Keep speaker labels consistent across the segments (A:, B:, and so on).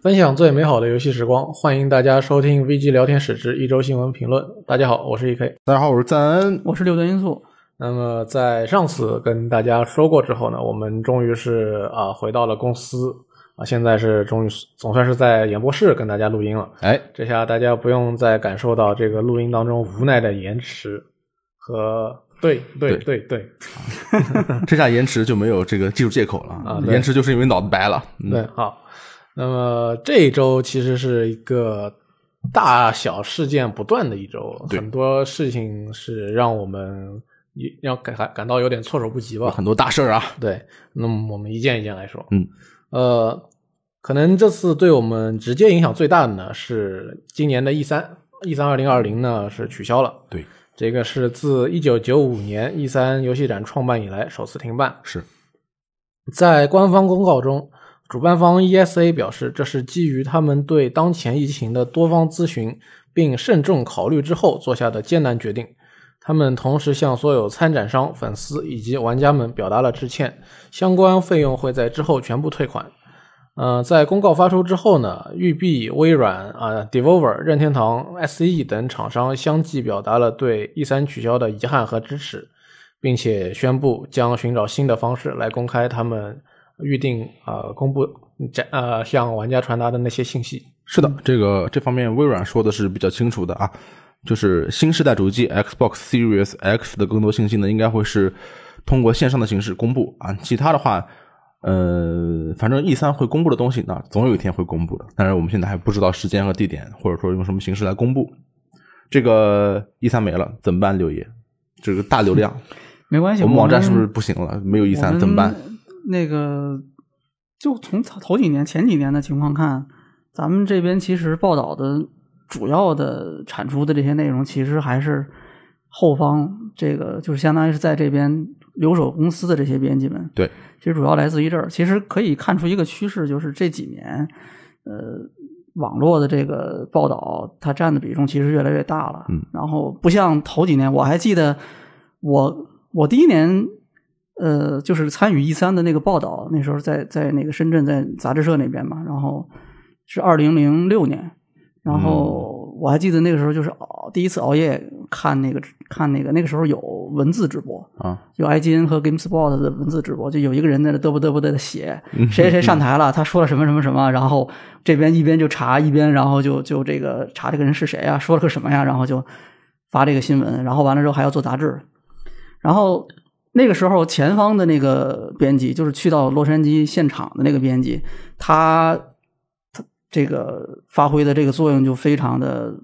A: 分享最美好的游戏时光，欢迎大家收听 VG 聊天室之一周新闻评论。大家好，我是 EK。
B: 大家好，我是赞恩。
C: 我是六段因素，
A: 那么在上次跟大家说过之后呢，我们终于是啊回到了公司啊，现在是终于总算是在演播室跟大家录音了。
B: 哎，
A: 这下大家不用再感受到这个录音当中无奈的延迟和对对对对
B: 这下延迟就没有这个技术借口了
A: 啊对
B: 延迟就是因为脑子白了。嗯
A: 对，好。那么这一周其实是一个大小事件不断的一周，
B: 对
A: 很多事情是让我们让感感到有点措手不及吧
B: 有。很多大事儿啊，
A: 对，那么我们一件一件来说。
B: 嗯，
A: 呃，可能这次对我们直接影响最大的呢是今年的 E 三 E 三二零二零呢是取消了。
B: 对，
A: 这个是自一九九五年 E 三游戏展创办以来首次停办。
B: 是
A: 在官方公告中，主办方 ESA 表示，这是基于他们对当前疫情的多方咨询，并慎重考虑之后做下的艰难决定。他们同时向所有参展商、粉丝以及玩家们表达了致歉，相关费用会在之后全部退款。呃，在公告发出之后呢，育碧、微软啊、Devolver、任天堂、SE 等厂商相继表达了对 E 3取消的遗憾和支持，并且宣布将寻找新的方式来公开他们预定呃公布展呃向玩家传达的那些信息。
B: 是的，嗯这个这方面微软说的是比较清楚的啊，就是新时代主机 Xbox Series X 的更多信息呢，应该会是通过线上的形式公布啊，其他的话。呃，反正 E 三会公布的东西呢，总有一天会公布的。但是我们现在还不知道时间和地点，或者说用什么形式来公布。这个 E 三没了怎么办？刘爷，这个大流量，
C: 没关系。
B: 我
C: 我
B: 们网站是不是不行了？没有 E 三怎么办？？
C: 那个，就从头头几年、前几年的情况看，咱们这边其实报道的主要的产出的这些内容，其实还是后方这个，就是相当于是在这边留守公司的这些编辑们，
B: 对，
C: 其实主要来自于这儿。其实可以看出一个趋势，就是这几年，呃，网络的这个报道它占的比重其实越来越大了。
B: 嗯，
C: 然后不像头几年，我还记得我我第一年。呃，就是参与一三的那个报道，那时候在在那个深圳，在杂志社那边嘛，然后是二零零六年，然后我还记得那个时候就是熬第一次熬夜看那个看那个，那个时候有文字直播，
B: 啊，
C: 有 IGN 和 GameSpot 的文字直播，就有一个人在那嘚啵嘚啵地写 谁谁谁上台了，他说了什么什么什么，然后这边一边就查，一边然后就就这个查这个人是谁啊，说了个什么呀，然后就发这个新闻，然后完了之后还要做杂志，然后那个时候前方的那个编辑，就是去到洛杉矶现场的那个编辑，他他这个发挥的这个作用就非常的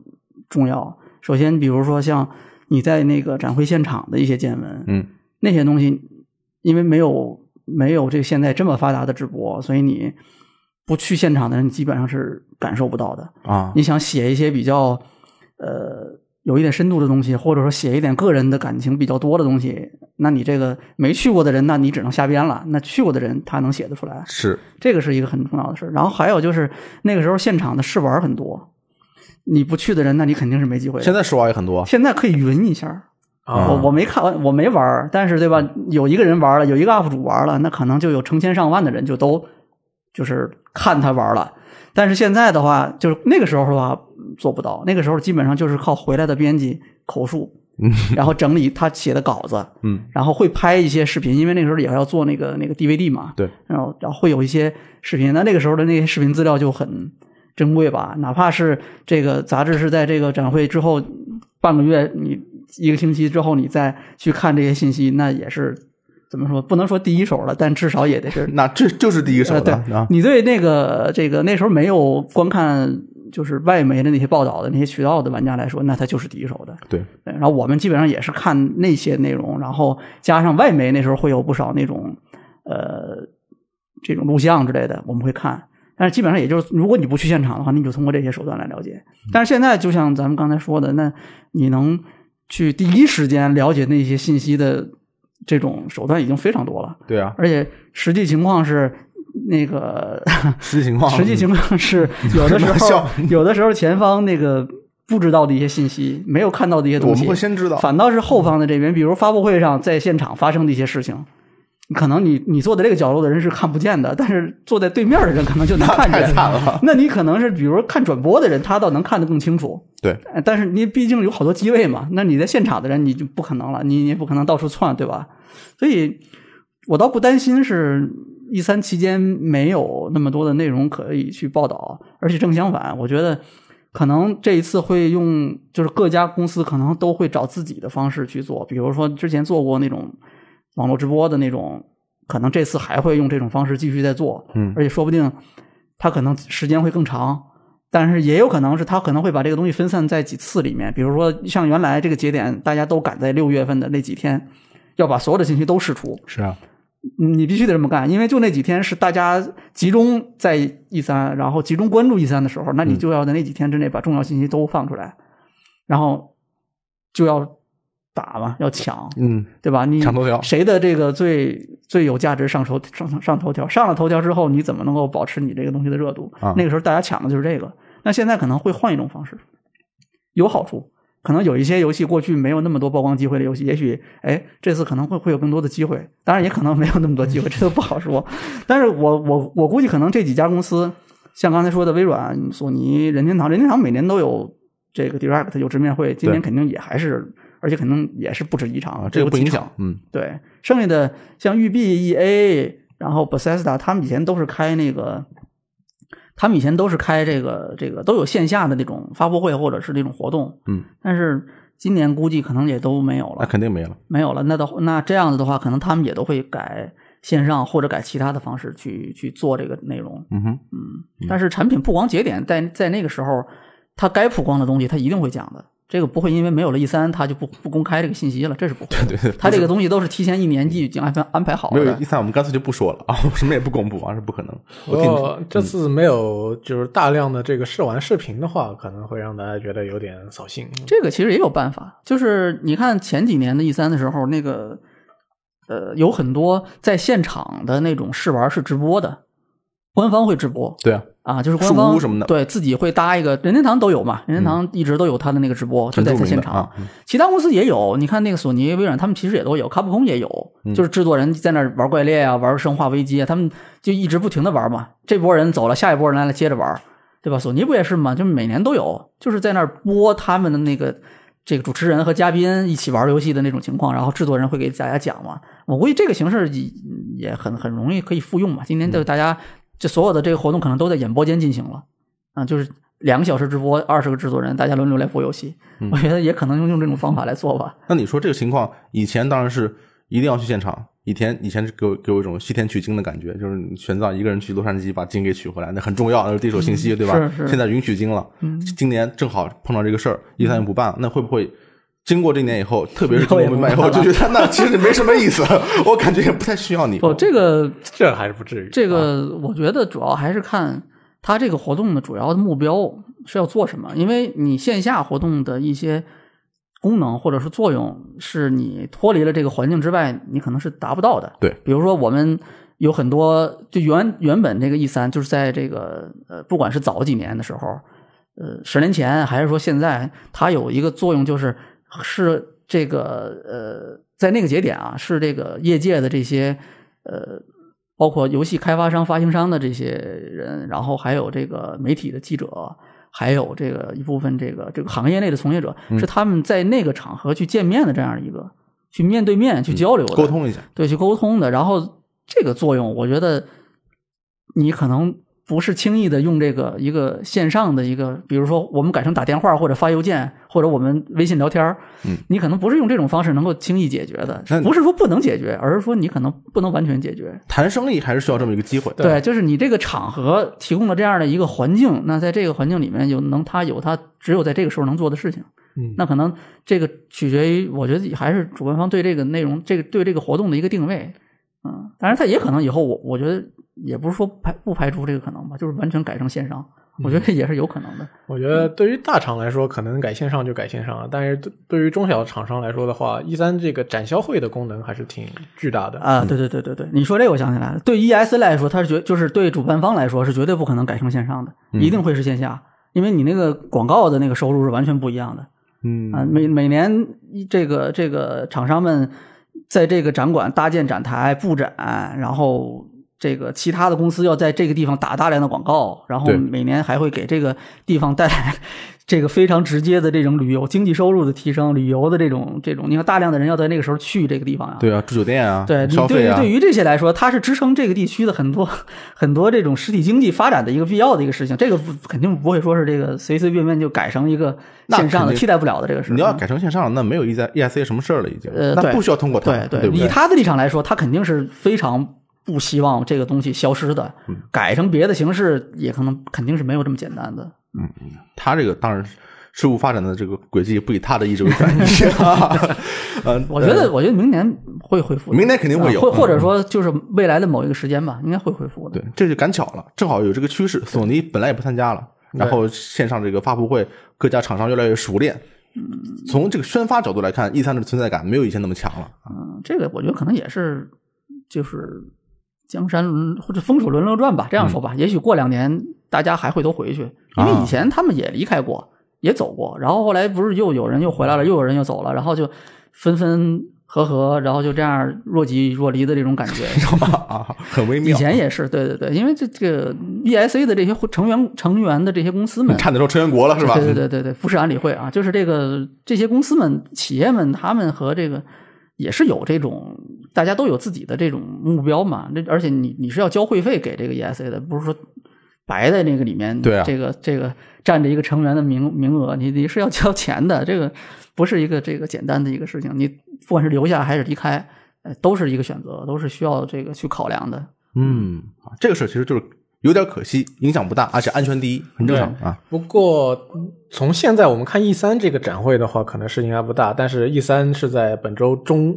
C: 重要。首先，比如说像你在那个展会现场的一些见闻，
B: 嗯，
C: 那些东西，因为没有没有这个现在这么发达的直播，所以你不去现场的人，你基本上是感受不到的。
B: 啊，
C: 你想写一些比较呃有一点深度的东西，或者说写一点个人的感情比较多的东西，那你这个没去过的人，那你只能瞎编了。那去过的人，他能写得出来，
B: 是
C: 这个是一个很重要的事儿。然后还有就是那个时候现场的试玩很多，你不去的人，那你肯定是没机会的。
B: 现在说话也很多，啊
C: 现在可以云一下，
A: 啊
C: 我我没看完，我没玩儿，但是对吧？有一个人玩了，有一个 UP 主玩了，那可能就有成千上万的人就都就是看他玩了。但是现在的话，就是那个时候的话嗯做不到，那个时候基本上就是靠回来的编辑口述，然后整理他写的稿子，
B: 嗯，
C: 然后会拍一些视频，因为那个时候也要做那个那个 DVD 嘛，
B: 对，
C: 然后然后会有一些视频，那那个时候的那些视频资料就很珍贵吧，哪怕是这个杂志是在这个展会之后半个月，你一个星期之后你再去看这些信息，那也是怎么说，不能说第一手了，但至少也得是
B: 那这就是 第一手
C: 呃，
B: 的
C: 对
B: 啊，
C: 你对那个这个那时候没有观看就是外媒的那些报道的那些渠道的玩家来说，那他就是第一手的。
B: 对，
C: 对然后我们基本上也是看那些内容，然后加上外媒那时候会有不少那种呃这种录像之类的，我们会看。但是基本上也就是，如果你不去现场的话，那你就通过这些手段来了解。但是现在就像咱们刚才说的，那你能去第一时间了解那些信息的这种手段已经非常多了。
B: 对 啊，
C: 而且实际情况是，那个
B: 实际情况，嗯
C: 实际情 况是，有的时
B: 开玩笑
C: 候有的时候前方那个不知道的一些信息，没有看到的一些东
B: 我
C: 西，
B: 们会先知道，
C: 反倒是后方的这边，比如发布会上在现场发生的一些事情，可能你你坐在这个角落的人是看不见的，但是坐在对面的人可能就能看
B: 太
C: 见。
B: 惨了。
C: 那你可能是比如看转播的人，他倒能看得更清楚。
B: 对，
C: 呃但是你毕竟有好多机位嘛，那你在现场的人你就不可能了，你你也不可能到处窜，对吧？所以我倒不担心是一三期间没有那么多的内容可以去报道，而且正相反，我觉得可能这一次会用，就是各家公司可能都会找自己的方式去做，比如说之前做过那种网络直播的那种，可能这次还会用这种方式继续在做，
B: 嗯
C: 而且说不定它可能时间会更长。但是也有可能是他可能会把这个东西分散在几次里面，比如说像原来这个节点，大家都赶在六月份的那几天，要把所有的信息都释出，
B: 是啊，
C: 嗯你必须得这么干，因为就那几天是大家集中在 E 三，然后集中关注 E 三的时候，那你就要在那几天之内把重要信息都放出来，然后就要打嘛，要抢，
B: 嗯，
C: 对吧？你
B: 抢头条
C: 谁的这个最最有价值上头上上头条，上了头条之后，你怎么能够保持你这个东西的热度？
B: 啊
C: 那个时候大家抢的就是这个。那现在可能会换一种方式，有好处。可能有一些游戏过去没有那么多曝光机会的游戏，也许哎这次可能会会有更多的机会，当然也可能没有那么多机会，这都不好说。 但是我我我估计可能这几家公司，像刚才说的微软、索尼、任天堂，任天堂每年都有这个 Direct 有直面会，今年
B: 对
C: 肯定也还是，而且肯定也是不止一场
B: 啊，这个不影。
C: 有几
B: 响
C: 场，
B: 嗯，
C: 对，剩下的像育碧、E A，然后 Bethesda，他们以前都是开那个，他们以前都是开这个这个都有线下的那种发布会或者是那种活动，
B: 嗯，
C: 但是今年估计可能也都没有
B: 那
C: 了，
B: 肯定没了。
C: 没有了。那的那这样子的话，可能他们也都会改线上或者改其他的方式去去做这个内容。
B: 嗯哼，
C: 但是产品曝光节点在在那个时候，它该曝光的东西它一定会讲的。这个不会因为没有了 E 三，它就不不公开这个信息了，这是不会的。
B: 对对，
C: 它这个东西都是提前一年季已经安排安排好
B: 没有
C: 的
B: 一。三，我们干脆就不说了啊，我们什么也不公布啊，是不可能。
A: 不
B: 我听
A: 过哦这
C: 嗯
A: 次没有就是大量的这个试玩视频的话，可能会让大家觉得有点扫兴。
C: 这个其实也有办法，就是你看前几年的 E 三的时候，那个呃有很多在现场的那种试玩是直播的，官方会直播
B: 对啊，
C: 啊，就是官
B: 树
C: 方
B: 屋什么的嗯
C: 对自己会搭一个任天堂都有嘛，任天堂一直都有他的那个直播，就
B: 很
C: 在
B: 著
C: 在
B: 名
C: 现
B: 的
C: 场。
B: 啊，嗯
C: 其他公司也有，你看那个索尼、微软，他们其实也都有，卡普空也有，就是制作人在那儿玩怪猎啊，玩生化危机啊，他们就一直不停的玩嘛。这波人走了，下一波人来了，接着玩，对吧？索尼不也是嘛，就每年都有，就是在那儿播他们的那个这个主持人和嘉宾一起玩游戏的那种情况，然后制作人会给大家讲嘛。我估计这个形式也也很很容易可以复用嘛。今天就是大家这所有的这个活动可能都在演播间进行了，啊，就是两个小时直播，二十个制作人，大家轮流来播游戏。我觉得也可能用用这种方法来做吧。
B: 那你说这个情况，以前当然是一定要去现场。以前以前是给我给我一种西天取经的感觉，就是你玄奘一个人去洛杉矶把经给取回来，那很重要，那是第一手信息，对吧？
C: 嗯是是嗯
B: 现在允许经了，今年正好碰到这个事儿，一三又不办了，那会不会经过这年以后，特别是经过明白以后，就觉得 那其实没什么意思， 我感觉也不太需要你。
C: 不，哦这个
A: 这还是不至于。啊
C: 这个，我觉得主要还是看它这个活动的主要的目标是要做什么，因为你线下活动的一些功能或者是作用，是你脱离了这个环境之外，你可能是达不到的。
B: 对
C: 比如说我们。有很多，就原原本这个 E 三就是在这个呃，不管是早几年的时候，呃，十年前还是说现在，它有一个作用就是是这个呃，在那个节点啊，是这个业界的这些呃，包括游戏开发商、发行商的这些人，然后还有这个媒体的记者，还有这个一部分这个这个行业内的从业者，
B: 嗯
C: 是他们在那个场合去见面的这样一个去面对面去交流的、
B: 沟通一下，
C: 对，去沟通的。然后这个作用，我觉得你可能不是轻易的用这个一个线上的一个，比如说我们改成打电话或者发邮件或者我们微信聊天儿
B: 嗯，
C: 你可能不是用这种方式能够轻易解决的
B: 那。你
C: 不是说不能解决，而是说你可能不能完全解决。
B: 谈生意还是需要这么一个机会。
C: 对，就是你这个场合提供了这样的一个环境，那在这个环境里面有能他有他只有在这个时候能做的事情。
A: 嗯
C: 那可能这个取决于，我觉得还是主办方对这个内容、这个对这个活动的一个定位。嗯，当然他也可能以后我我觉得也不是说排不排除这个可能吧，就是完全改成线上，我觉得也是有可能的。
A: 我觉
C: 嗯
A: 得对于大厂来说，可能改线上就改线上了，但是对对于中小厂商来说的话，E 三这个展销会的功能还是挺巨大的。
C: 啊，对对对对对，你说这个我想起来了。对 ES 来说，它是绝就是对主办方来说是绝对不可能改成线上的，一定会是线下，因为你那个广告的那个收入是完全不一样的。
B: 嗯
C: 啊，每每年一这个这个厂商们在这个展馆搭建展台、布展，然后这个其他的公司要在这个地方打大量的广告，然后
B: 对
C: 每年还会给这个地方带来这个非常直接的这种旅游经济收入的提升，旅游的这种这种，你看大量的人要在那个时候去这个地方呀、
B: 对啊，住酒店啊，
C: 对，你
B: 消
C: 对
B: 费
C: 于
B: 啊，
C: 对于这些来说，它是支撑这个地区的很多 很多这种实体经济发展的一个必要的一个事情。这个不肯定不会说是这个随随便便就改成一个
B: 那
C: 线上
B: 肯
C: 的
B: 定
C: 替代不了的这个事。
B: 啊你要
C: 嗯
B: 改成线上了，那没有 E 在 E S A 什么事儿了，已经，
C: 呃
B: 那
C: 对
B: 不需要通过它，
C: 对
B: 不
C: 以
B: 对？
C: 他的立场来说，他肯定是非常不希望这个东西消失的，
B: 嗯
C: 改成别的形式也可能肯定是没有这么简单的。
B: 他这个当然是事物发展的这个轨迹不以他的意志为转 移，嗯，
C: 我觉得，我觉得明年会恢复的，
B: 明年肯定会有
C: 啊或或者
B: 嗯
C: 说就是未来的某一个时间吧，应该会恢复的。
B: 对，这就赶巧了，正好有这个趋势。索尼本来也不参加了，然后线上这个发布会，各家厂商越来越熟练。从这个宣发角度来看，E 三的存在感没有以前那么强 了。
C: 嗯，这个我觉得可能也是，就是江山轮或者风水轮流转吧，这样说吧，也许过两年大家还会都回去，因为
B: 啊
C: 以前他们也离开过，也走过，然后后来不是又有人又回来了，又有人又走了，然后就分分合合，然后就这样若即若离的这种感觉。
B: 啊，很微
C: 以
B: 妙。
C: 前也是，对对对，因为这这个 ESA 的这些成员成员的这些公司 们
B: 你，差点说成员国了是吧？
C: 对对对对对，不是安理会啊，就是这个这些公司们、企业们，他们和这个也是有这种，大家都有自己的这种目标嘛。那而且你你是要交会费给这个 ESA 的，不是说白在那个里面，
B: 对啊
C: 这个这个占着一个成员的名名额，你你是要交钱的，这个不是一个这个简单的一个事情。你不管是留下还是离开，呃，都是一个选择，都是需要这个去考量的。
B: 嗯，这个事儿其实就是有点可惜，影响不大，而且安全第一，很正常
A: 对
B: 啊。
A: 不过从现在我们看 E 三这个展会的话，可能是应该不大，但是 E 三是在本周中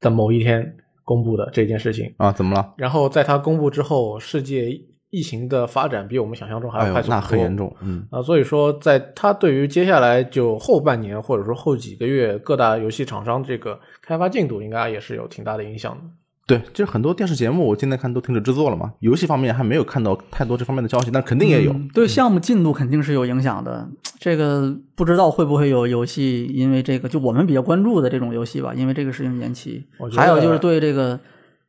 A: 的某一天公布的这件事情。
B: 啊，怎么了？
A: 然后在它公布之后，世界疫情的发展比我们想象中还要
B: 哎呦
A: 快，速、
B: 那很严。重。嗯，
A: 啊，所以说，在它对于接下来就后半年或者说后几个月各大游戏厂商这个开发进度，应该也是有挺大的影响的。
B: 对，就是很多电视节目我现在看都停止制作了嘛，游戏方面还没有看到太多这方面的消息，但肯定也有。
C: 嗯对项目进度肯定是有影响的。这个不知道会不会有游戏因为这个，就我们比较关注的这种游戏吧，因为这个事情延期
A: 我。觉得
C: 还有就是对这个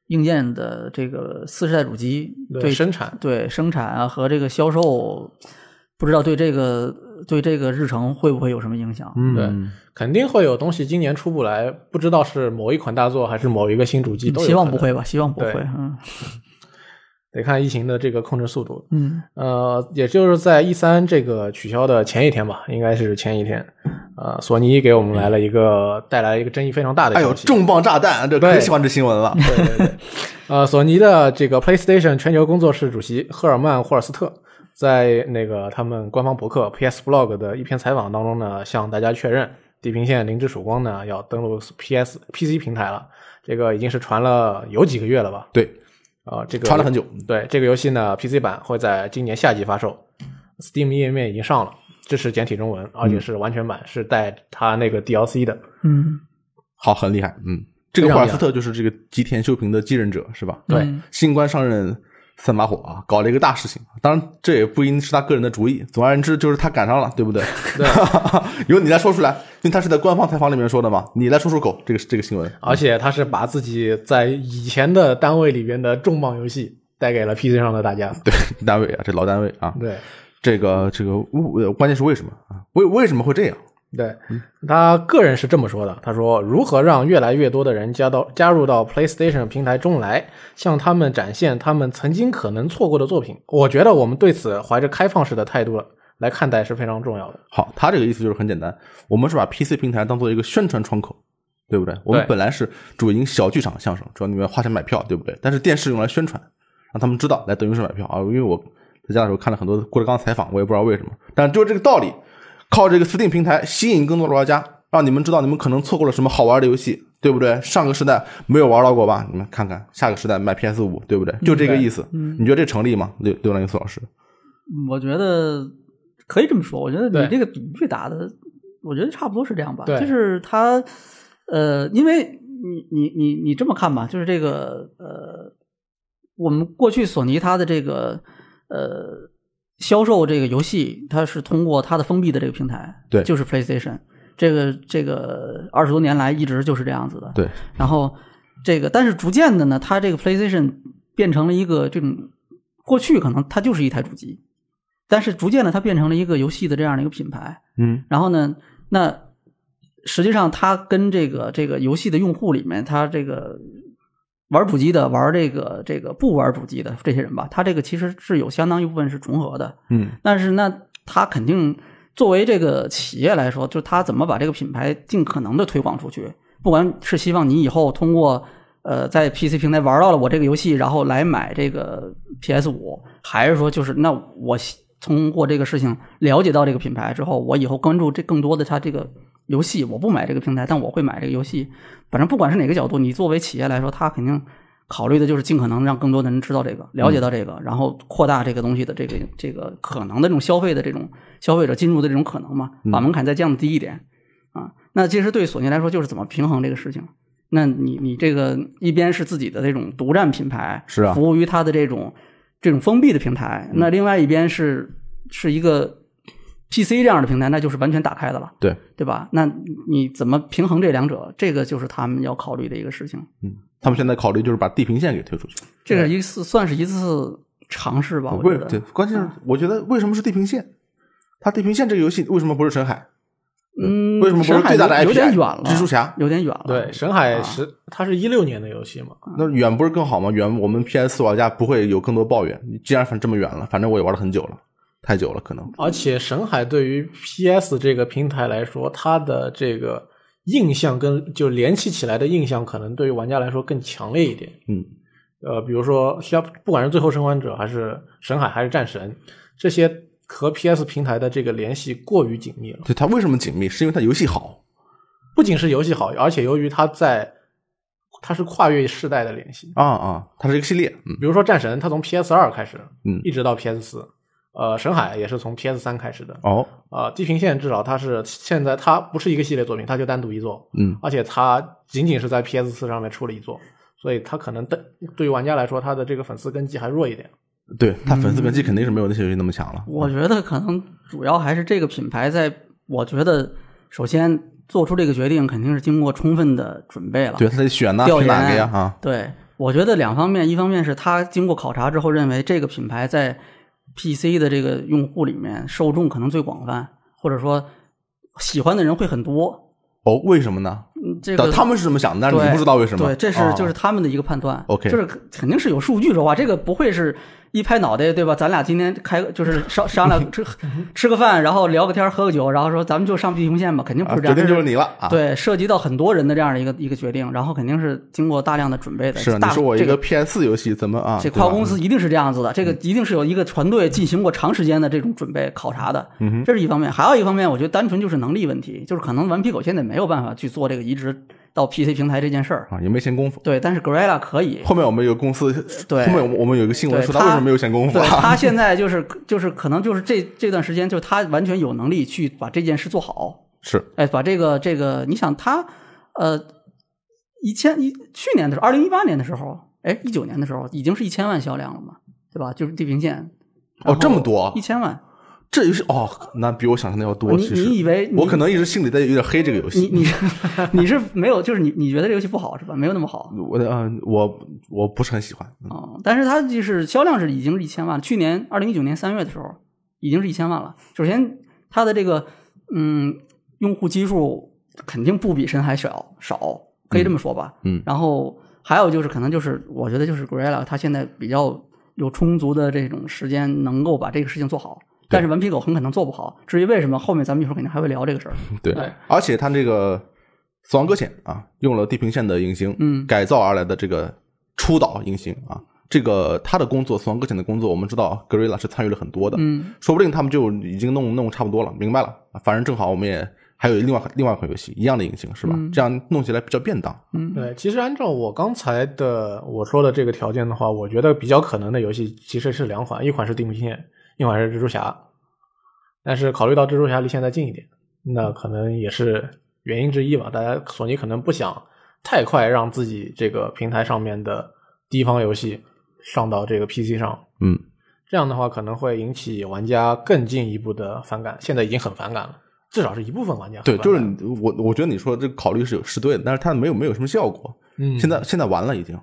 C: 硬件的这个四十代主机对
A: 生产，
C: 对生产啊和这个销售，不知道对这个对这个日程会不会有什么影响？
B: 嗯
A: 对，肯定会有东西今年出不来，不知道是某一款大作还是某一个新主机都有
C: 嗯希望
A: 可
C: 不
A: 能
C: 会吧，希望不会
A: 对。
C: 嗯
A: 得看疫情的这个控制速度。
C: 嗯，
A: 呃，也就是在 E 三这个取消的前一天吧，应该是前一天，呃，索尼给我们来了一个带来一个争议非常大的
B: 哎呦，
A: 消息。
B: 重磅炸弹，这可
A: 对
B: 喜欢这新 闻了。
A: 对对对，呃，索尼的这个 PlayStation 全球工作室主席赫尔曼·霍尔斯特在那个他们官方博客 PS Blog 的一篇采访当中呢，向大家确认，《地平线：零之曙光呢》要登陆 PS、PC 平台了。这个已经是传了有几个月了吧？
B: 对，
A: 啊、这个
B: 传了很久。
A: 对，这个游戏呢，PC 版会在今年夏季发售，Steam 页面已经上了，支持简体中文，
B: 嗯
A: 而且是完全版，是带它那个 DLC 的。
C: 嗯，
B: 好，很厉害，嗯，这个
A: 非常
B: 霍尔
A: 厉害
B: 斯特就是这个吉田修平的继任者是吧？
A: 对
C: 嗯
B: 新官上任三把火啊，搞了一个大事情。当然，这也不一定是他个人的主意，总而言之就是他赶上了，对不对？
A: 对，
B: 由你来说出来，因为他是在官方采访里面说的嘛，你来说出口这个这个新闻。
A: 而且他是把自己在以前的单位里边的重磅游戏带给了 PC 上的大家。
B: 对，单位啊，这老单位啊，
A: 对
B: 这个这个，呃关键是为什么啊？为为什么会这样？
A: 对，
C: 嗯
A: 他个人是这么说的：“他说，如何让越来越多的人加到加入到 PlayStation 平台中来，向他们展现他们曾经可能错过的作品？我觉得我们对此怀着开放式的态度来看待是非常重要的。
B: 好，他这个意思就是很简单，我们是把 PC 平台当做一个宣传窗口，对不对？我们
A: 对
B: 本来是主营小剧场相声，主要你们花钱买票，对不对？但是电视用来宣传，让他们知道来德云社买票啊。因为我在家的时候看了很多郭德纲采访，我也不知道为什么，但就是这个道理，靠这个 Steam 平台吸引更多的玩家，让你们知道你们可能错过了什么好玩的游戏，对不对？上个时代没有玩到过吧？你们看看下个时代买 PS 五，对不对？就这个意思。
C: 嗯
B: 你觉得这成立吗？刘刘兰英苏老师，
C: 我觉得可以这么说，我觉得
A: 对
C: 你这个比喻打的，我觉得差不多是这样吧。
A: 对
C: 就是他，呃，因为你你你你这么看吧，就是这个呃，我们过去索尼它的这个呃销售这个游戏，它是通过它的封闭的这个平台，
B: 对
C: 就是 PlayStation。这个这个二十多年来一直就是这样子的。
B: 对，
C: 然后这个，但是逐渐的呢，它这个 PlayStation 变成了一个这种，过去可能它就是一台主机，但是逐渐的它变成了一个游戏的这样的一个品牌。
B: 嗯
C: 然后呢，那实际上它跟这个这个游戏的用户里面，它这个玩主机的、玩这个这个不玩主机的这些人吧，它这个其实是有相当一部分是重合的。
B: 嗯
C: 但是那他肯定作为这个企业来说，就他怎么把这个品牌尽可能的推广出去，不管是希望你以后通过呃在 PC 平台玩到了我这个游戏，然后来买这个 PS 五，还是说就是那我希通过这个事情了解到这个品牌之后，我以后关注这更多的它这个。游戏我不买这个平台，但我会买这个游戏。反正不管是哪个角度，你作为企业来说，他肯定考虑的就是尽可能让更多的人知道这个，了解到这个，然后扩大这个东西的这个这个可能的这种消费的这种消费者进入的这种可能嘛，把门槛再降低一点啊。那其实对索尼来说，就是怎么平衡这个事情。那你你这个一边是自己的这种独占品牌，
B: 是啊嗯
C: 服务于它的这种这种封闭的平台，那另外一边是是一个 PC 这样的平台，那就是完全打开的了。
B: 对，
C: 对吧？那你怎么平衡这两者？这个就是他们要考虑的一个事情。
B: 嗯，他们现在考虑就是把地平线给推出去。
C: 这是一次算是一次尝试吧，我
B: 为
C: 觉得。
B: 对，关键是
C: 嗯
B: 我觉得为什么是地平线？它地平线这个游戏为什么不是深海？
C: 嗯，
B: 为什么不是
C: 深海
B: 最大的
C: 有有
B: IP
C: 点远了，
B: 蜘蛛侠
C: 有点远了。
A: 对，神海
C: 啊
A: 是、它是一六年的游戏嘛，
C: 嗯
B: 那远不是更好吗？远我们 PS 四玩家不会有更多抱怨。既然反正这么远了，反正我也玩了很久了，太久了可能。
A: 而且神海对于 PS 这个平台来说，它的这个印象跟就联系起来的印象，可能对于玩家来说更强烈一点。
B: 嗯，
A: 呃，比如说像不管是最后生还者，还是神海，还是战神，这些和 PS 平台的这个联系过于紧密了。
B: 对，它为什么紧密？是因为它游戏好。
A: 不仅是游戏好，而且由于它在它是跨越世代的联系，
B: 啊啊，它是一个系列，嗯
A: 比如说战神，它从 PS 二开始，
B: 嗯
A: 一直到 PS 四，呃，神海也是从 PS 三开始的，
B: 哦，
A: 啊、地平线至少它是现在它不是一个系列作品，它就单独一座，
B: 嗯
A: 而且它仅仅是在 PS 四上面出了一座，所以它可能对对于玩家来说，它的这个粉丝根基还弱一点。
B: 对，它粉丝根基肯定是没有那些游戏那么强了。
C: 嗯我觉得可能主要还是这个品牌在，我觉得首先做出这个决定肯定是经过充分的准备了。
B: 对，它得选呐，
C: 调
B: 选哪
C: 研
B: 个呀？啊，
C: 对，我觉得两方面，一方面是他经过考察之后认为这个品牌在 PC 的这个用户里面受众可能最广泛，或者说喜欢的人会很多。
B: 哦，为什么呢？
C: 嗯，这个
B: 他们是这么想的，但是你
C: 对
B: 不知道为什么。
C: 对，这是
B: 啊
C: 就是他们的一个判断。
B: OK
C: 就是肯定是有数据说话，这个不会是一拍脑袋对吧？咱俩今天开就是商商量吃吃个饭，然后聊个天儿喝个酒，然后说咱们就上地平线吧，肯定
B: 啊
C: 不是
B: 决
C: 这样。
B: 定就是
C: 这
B: 你了啊。，
C: 对，涉及到很多人的这样的一个一个决定，然后肯定是经过大量的准备的。
B: 是你
C: 大
B: 说我一
C: 这
B: 个 PS 四游戏怎么啊？
C: 这
B: 对吧嗯
C: 跨国公司一定是这样子的，这个一定是有一个团队进行过长时间的这种准备考察的，
B: 嗯
C: 这是一方面。还有一方面，我觉得单纯就是能力问题，就是可能顽皮狗现在没有办法去做这个移植到 PC 平台这件事儿。
B: 啊，也没闲工夫。
C: 对，但是 Gorilla 可以，
B: 后面我们有公司，
C: 对
B: 后面我们我们有一个新闻
C: 对
B: 说他为什么没有闲工夫
C: 对
B: 啊？
C: 他现在就是就是可能就是这这段时间，就是他完全有能力去把这件事做好。
B: 是，
C: 哎，把这个这个，你想他呃，一千一去年的时候，二零一八年的时候，哎，一九年的时候，已经是一千万销量了嘛，对吧？就是地平线。
B: 哦，这么多
C: 一，千万，
B: 这游戏哦，那比我想象的要多。
C: 你
B: 其实
C: 你以为你
B: 我可能一直心里在有点黑这个游
C: 你
B: 戏。
C: 你你是 没有，就是你你觉得这游戏不好是吧？没有那么好
B: 我的嗯，我我不是很喜欢。嗯
C: 啊、嗯但是它就是销量是已经是一千万了，去年二零一九年三月的时候已经是一千万了。首先，它的这个嗯用户基数肯定不比深海少少，可以这么说吧。
B: 嗯嗯
C: 然后还有就是可能就是我觉得就是 Gorilla 它现在比较有充足的这种时间能够把这个事情做好。但是顽皮狗很可能做不好，至于为什么，后面咱们一会儿肯定还会聊这个事儿。
B: 对
A: 对，
B: 而且他这个《死亡搁浅》啊，用了地平线的引擎，
C: 嗯
B: 改造而来的这个初导引擎啊，这个他的工作，《死亡搁浅》的工作，我们知道 Gorilla 是参与了很多的，
C: 嗯，
B: 说不定他们就已经弄弄差不多了，明白了，啊反正正好我们也还有另外另外一款游戏一样的引擎是
C: 嗯
B: 吧？这样弄起来比较便当。
A: 对，其实按照我刚才的我说的这个条件的话，我觉得比较可能的游戏其实是两款，一款是地平线，一款是蜘蛛侠。但是考虑到蜘蛛侠离现在近一点，那可能也是原因之一吧。大家索尼可能不想太快让自己这个平台上面的第一方游戏上到这个 PC 上，
B: 嗯，
A: 这样的话可能会引起玩家更进一步的反感。现在已经很反感了。至少是一部分玩家。
B: 对，就是
A: 玩的
B: 你我，我觉得你说的这个考虑是有是对的，但是它没有没有什么效果。
A: 嗯，
B: 现在现在完了，已经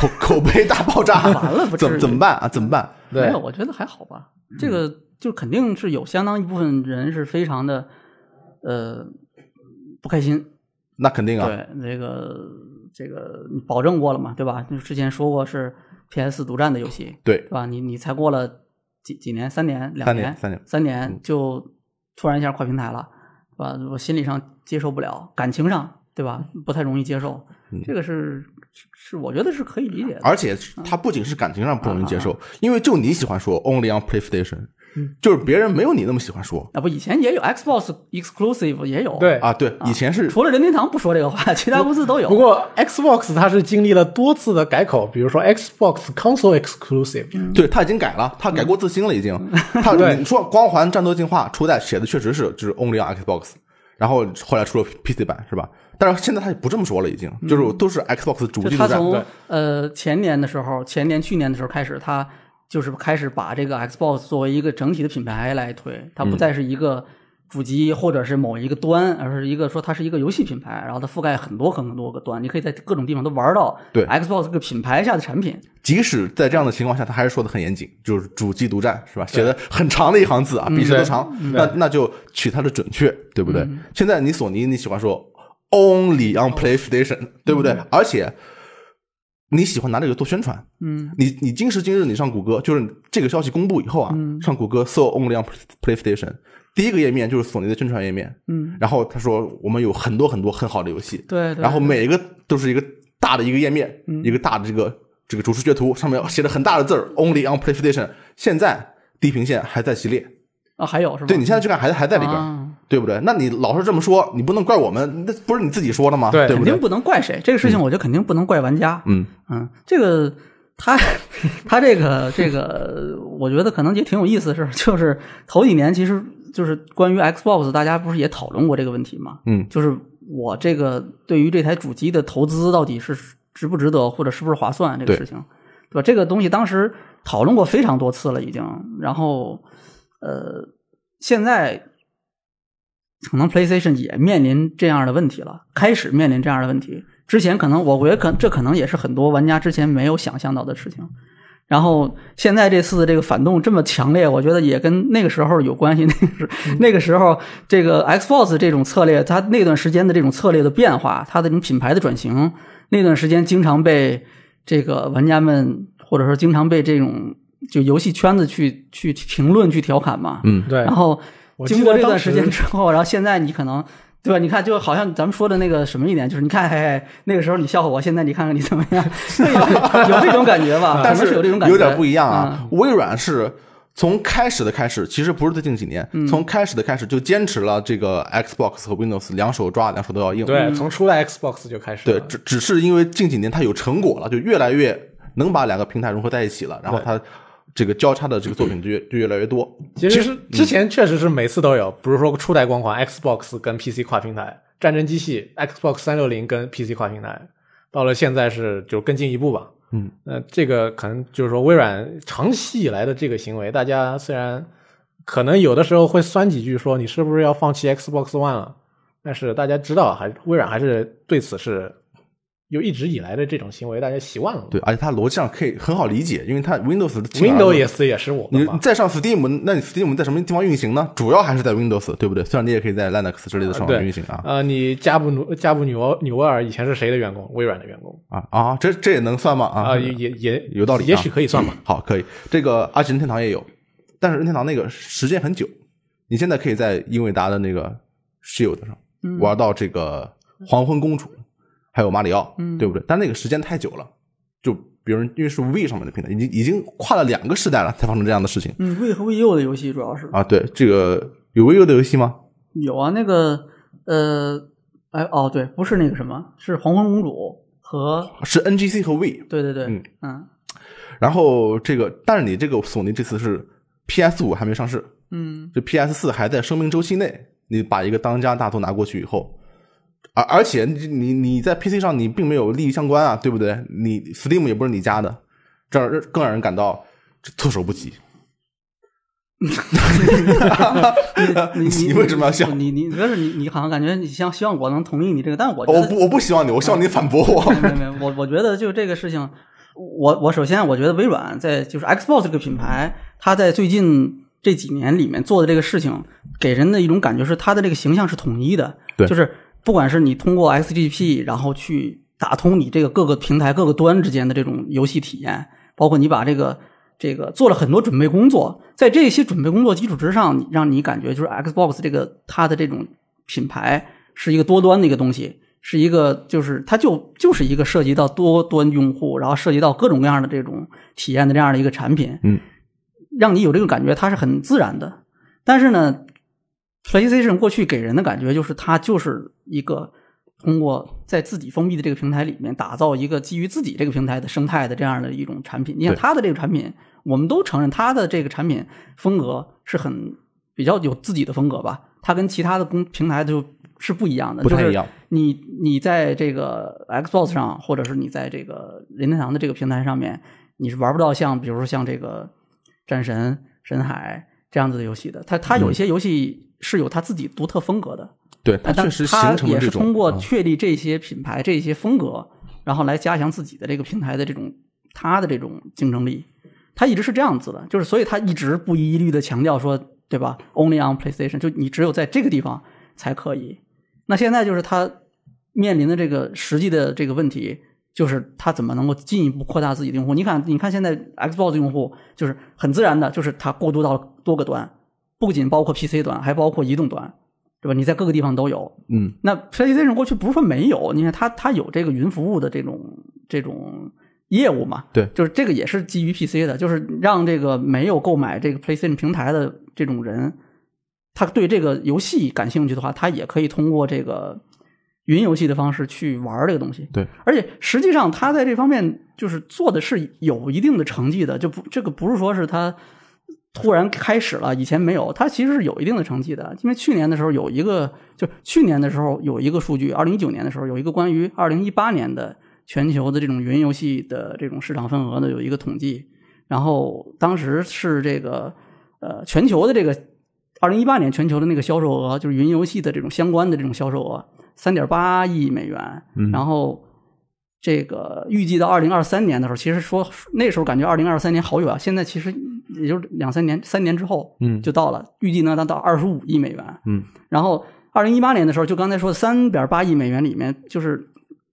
B: 口口碑大爆炸，
C: 完了不至于
B: 怎么怎么办啊？怎么办？
C: 没
A: 对
C: 有，我觉得还好吧。
B: 嗯
C: 这个就肯定是有相当一部分人是非常的呃不开心，
B: 那肯定啊，
C: 对这个这个你保证过了嘛，对吧？就是之前说过是 PS 独占的游戏，
B: 对
C: 对，吧？你你才过了几几年，三年、两
B: 三年三年嗯
C: 三年就突然一下跨平台了，是吧？我心理上接受不了，感情上对吧？
B: 嗯
C: 不太容易接受，这个是是是我觉得是可以理解的。嗯啊
B: 而且它不仅是感情上不容易接受，因为就你喜欢说 Only on PlayStation，就是
C: 嗯
B: 别人没有你那么喜欢说
C: 啊不，以前也有 Xbox exclusive 也有，
A: 对
B: 啊。对，以前是
C: 除了任天堂不说这个话， 其他公司都有。
A: 不过 Xbox 它是经历了多次的改口，比如说 Xbox Console Exclusive，
B: 对他已经改了，他改过自新了，已经。
C: 嗯
B: 他
A: 对
B: 你说《光环战斗进化》初代写的确实是就是 Only on Xbox，然后后来出了 PC 版是吧？但是现在他也不这么说了，已经就是都是 Xbox 主
C: 嗯就
B: 机
C: 他
B: 独占。
C: 从
A: 对
C: 呃前年的时候，前年去年的时候开始，他就是开始把这个 Xbox 作为一个整体的品牌来推，它不再是一个主机或者是某一个端，而是一个说它是一个游戏品牌，然后它覆盖很多很多个端，你可以在各种地方都玩到
B: 对
C: Xbox 这个品牌下的产品。
B: 即使在这样的情况下，他还是说的很严谨，就是主机独占是吧？写的很长的一行字啊，
C: 嗯
B: 比谁都长。那那就取它的准确，对不
C: 嗯
B: 对？现在你索尼你喜欢说 Only on PlayStation，对不对？而且你喜欢拿这个做宣传，
C: 嗯，
B: 你你今时今日你上谷歌，就是这个消息公布以后啊，
C: 嗯
B: 上谷歌搜 Only on PlayStation，第一个页面就是索尼的宣传页面，
C: 嗯，
B: 然后他说我们有很多很多很好的游戏，
C: 对对。嗯
B: 然后每一个都是一个大的一个页面，一个大的这个这个主视觉图，上面写着很大的字儿 Only on PlayStation。现在地平线还在系列，
C: 啊还有是吗？
B: 对你现在去看还还在里边，嗯
C: 啊
B: 对不对？那你老是这么说，你不能怪我们，那不是你自己说的吗？
A: 对
B: 对不
C: 肯
B: 对
C: 定？不能怪谁，这个事情我觉得肯定不能怪玩家。
B: 嗯
C: 嗯，这个他他这个这个，我觉得可能也挺有意思的事儿，就是头几年其实就是关于 Xbox，大家不是也讨论过这个问题吗？
B: 嗯，
C: 就是我这个对于这台主机的投资到底是值不值得，或者是不是划算这
B: 对
C: 个事情，对吧？这个东西当时讨论过非常多次了，已经。然后，呃，现在可能 PlayStation 也面临这样的问题了，开始面临这样的问题。之前可能我觉得可这可能也是很多玩家之前没有想象到的事情。然后现在这次的这个反动这么强烈，我觉得也跟那个时候有关系。那 个时那个时候，这个 Xbox 这种策略，它那段时间的这种策略的变化，它的这种品牌的转型，那段时间经常被这个玩家们或者说经常被这种就游戏圈子去去评论去调侃嘛。
B: 嗯，
A: 对
C: 然，后
A: 我记
C: 经过
A: 得
C: 这段
A: 当
C: 时间
A: 时
C: 之后，然后现在你可能对吧？你看，就好像咱们说的那个什么一点，就是你看，嘿嘿，那个时候你笑话我，现在你看看你怎么样，有有这种感觉吧？
B: 但
C: 可能
B: 是
C: 有这种感觉，嗯
B: 有点不一样啊。微软是从开始的开始，其实不是最近几年，
C: 嗯
B: 从开始的开始就坚持了这个 Xbox 和 Windows 两手抓，两手都要硬。
C: 嗯
A: 对，从出来 Xbox 就开始
B: 对
A: 了，
B: 只只是因为近几年它有成果了，就越来越能把两个平台融合在一起了，然后它这个交叉的这个作品就
A: 嗯
B: 越就越来越多。
A: 其实
B: 嗯
A: 是之前确实是每次都有，比如说初代光环 Xbox 跟 PC 跨平台，战争机器 Xbox 三六零跟 PC 跨平台，到了现在是就更进一步吧。
B: 嗯，
A: 那这个可能就是说微软长期以来的这个行为，大家虽然可能有的时候会酸几句说你是不是要放弃 Xbox One 了，但是大家知道还微软还是对此是有一直以来的这种行为大家习惯了。
B: 对，而且它逻辑上可以很好理解，因为它 Windows 的进来了
A: ，Windows 也是也是我
B: 你
A: 的嘛
B: 你。再上 Steam，那你 Steam 在什么地方运行呢？主要还是在 Windows，对不对？虽然你也可以在 Linux 之类的上面
A: 对
B: 运行啊
A: 呃，你加布努加布纽欧纽威尔以前是谁的员工？微软的员工
B: 啊啊！这这也能算吗？啊
A: 啊，也也也
B: 有道理啊
A: 也许可以算吧。
B: 好，可以。这个而且任天堂也有，但是任天堂那个时间很久，你现在可以在英伟达的那个 Shield 上
C: 嗯
B: 玩到这个黄昏公主，还有马里奥，对不对？但那个时间太久了，就别人因为是 V 上面的平台，已经已经跨了两个时代了，才发生这样的事情
C: 嗯，V 和 VU 的游戏主要是
B: 啊！对，这个有 VU 的游戏吗？
C: 有啊，那个呃，哎哦，对，不是那个什么，是黄昏公主和
B: 是 NGC 和 V，
C: 对对对，
B: 嗯
C: 嗯
B: 然后这个，但是你这个索尼这次是 PS 五还没上市，
C: 嗯
B: 这 PS 四还在生命周期内，你把一个当家大作拿过去以后，而而且你你你在 PC 上你并没有利益相关啊，对不对？你 Steam 也不是你家的，这儿更让人感到这措手不及。
C: 你你
B: 你为什么要笑
C: 你你不是你你好像感觉你像希望我能同意你这个，但我觉
B: 我
C: 得嗯
B: 不，我不希望你，我希望你反驳我。
C: 没有没有，我我觉得就这个事情，我我首先我觉得微软在就是 Xbox 这个品牌，它在最近这几年里面做的这个事情，给人的一种感觉是它的这个形象是统一的，
B: 对
C: 就是不管是你通过 XGP 然后去打通你这个各个平台各个端之间的这种游戏体验，包括你把这个。这个做了很多准备工作，在这些准备工作基础之上，你让你感觉就是 Xbox 这个它的这种品牌是一个多端的一个东西，是一个就是它就就是一个涉及到多端用户，然后涉及到各种各样的这种体验的这样的一个产品，
B: 嗯，
C: 让你有这种感觉，它是很自然的。但是呢，PlayStation 过去给人的感觉就是它就是一个通过在自己封闭的这个平台里面打造一个基于自己这个平台的生态的这样的一种产品。你想
B: 对
C: 它的这个产品，我们都承认它的这个产品风格是很比较有自己的风格吧，它跟其他的公平台就是不一样的，
B: 不太一样。
C: 你你在这个 Xbox 上，或者是你在这个任天堂的这个平台上面，你是玩不到像比如说像这个战神、神海这样子的游戏的。它它有一些游戏是有它自己独特风格的，
B: 对，它
C: 但
B: 确实形成
C: 它
B: 了
C: 也
B: 这
C: 是
B: 种。
C: 通过
B: 嗯
C: 确立这些品牌、这些风格，然后来加强自己的这个平台的这种它的这种竞争力。它一直是这样子的，就是所以它一直不遗余力的强调说，对吧？Only on PlayStation，就你只有在这个地方才可以。那现在就是它面临的这个实际的这个问题，就是它怎么能够进一步扩大自己的用户？你看，你看现在 Xbox 用户就是很自然的，就是它过渡到了多个端，不仅包括 PC 端，还包括移动端，对吧？你在各个地方都有，
B: 嗯，
C: 那 PlayStation 过去不是说没有，你看它它有这个云服务的这种这种业务嘛？
B: 对
C: 就是这个也是基于 PC 的，就是让这个没有购买这个 PlayStation 平台的这种人，他对这个游戏感兴趣的话，他也可以通过这个云游戏的方式去玩这个东西。
B: 对，
C: 而且实际上他在这方面就是做的是有一定的成绩的，就不这个不是说是他突然开始了，以前没有，他其实是有一定的成绩的。因为去年的时候有一个，就去年的时候有一个数据，二零一九年的时候有一个关于二零一八年的全球的这种云游戏的这种市场份额的有一个统计，然后当时是这个呃全球的这个二零一八年全球的那个销售额，就是云游戏的这种相关的这种销售额三点八亿美元，然后。这个预计到二零二三年的时候，其实说那时候感觉二零二三年好远啊，现在其实也就是两三年，三年之后，
B: 嗯
C: 就到了。预计呢，能到二十五亿美元，
B: 嗯，
C: 然后二零一八年的时候，就刚才说的三点八亿美元里面，就是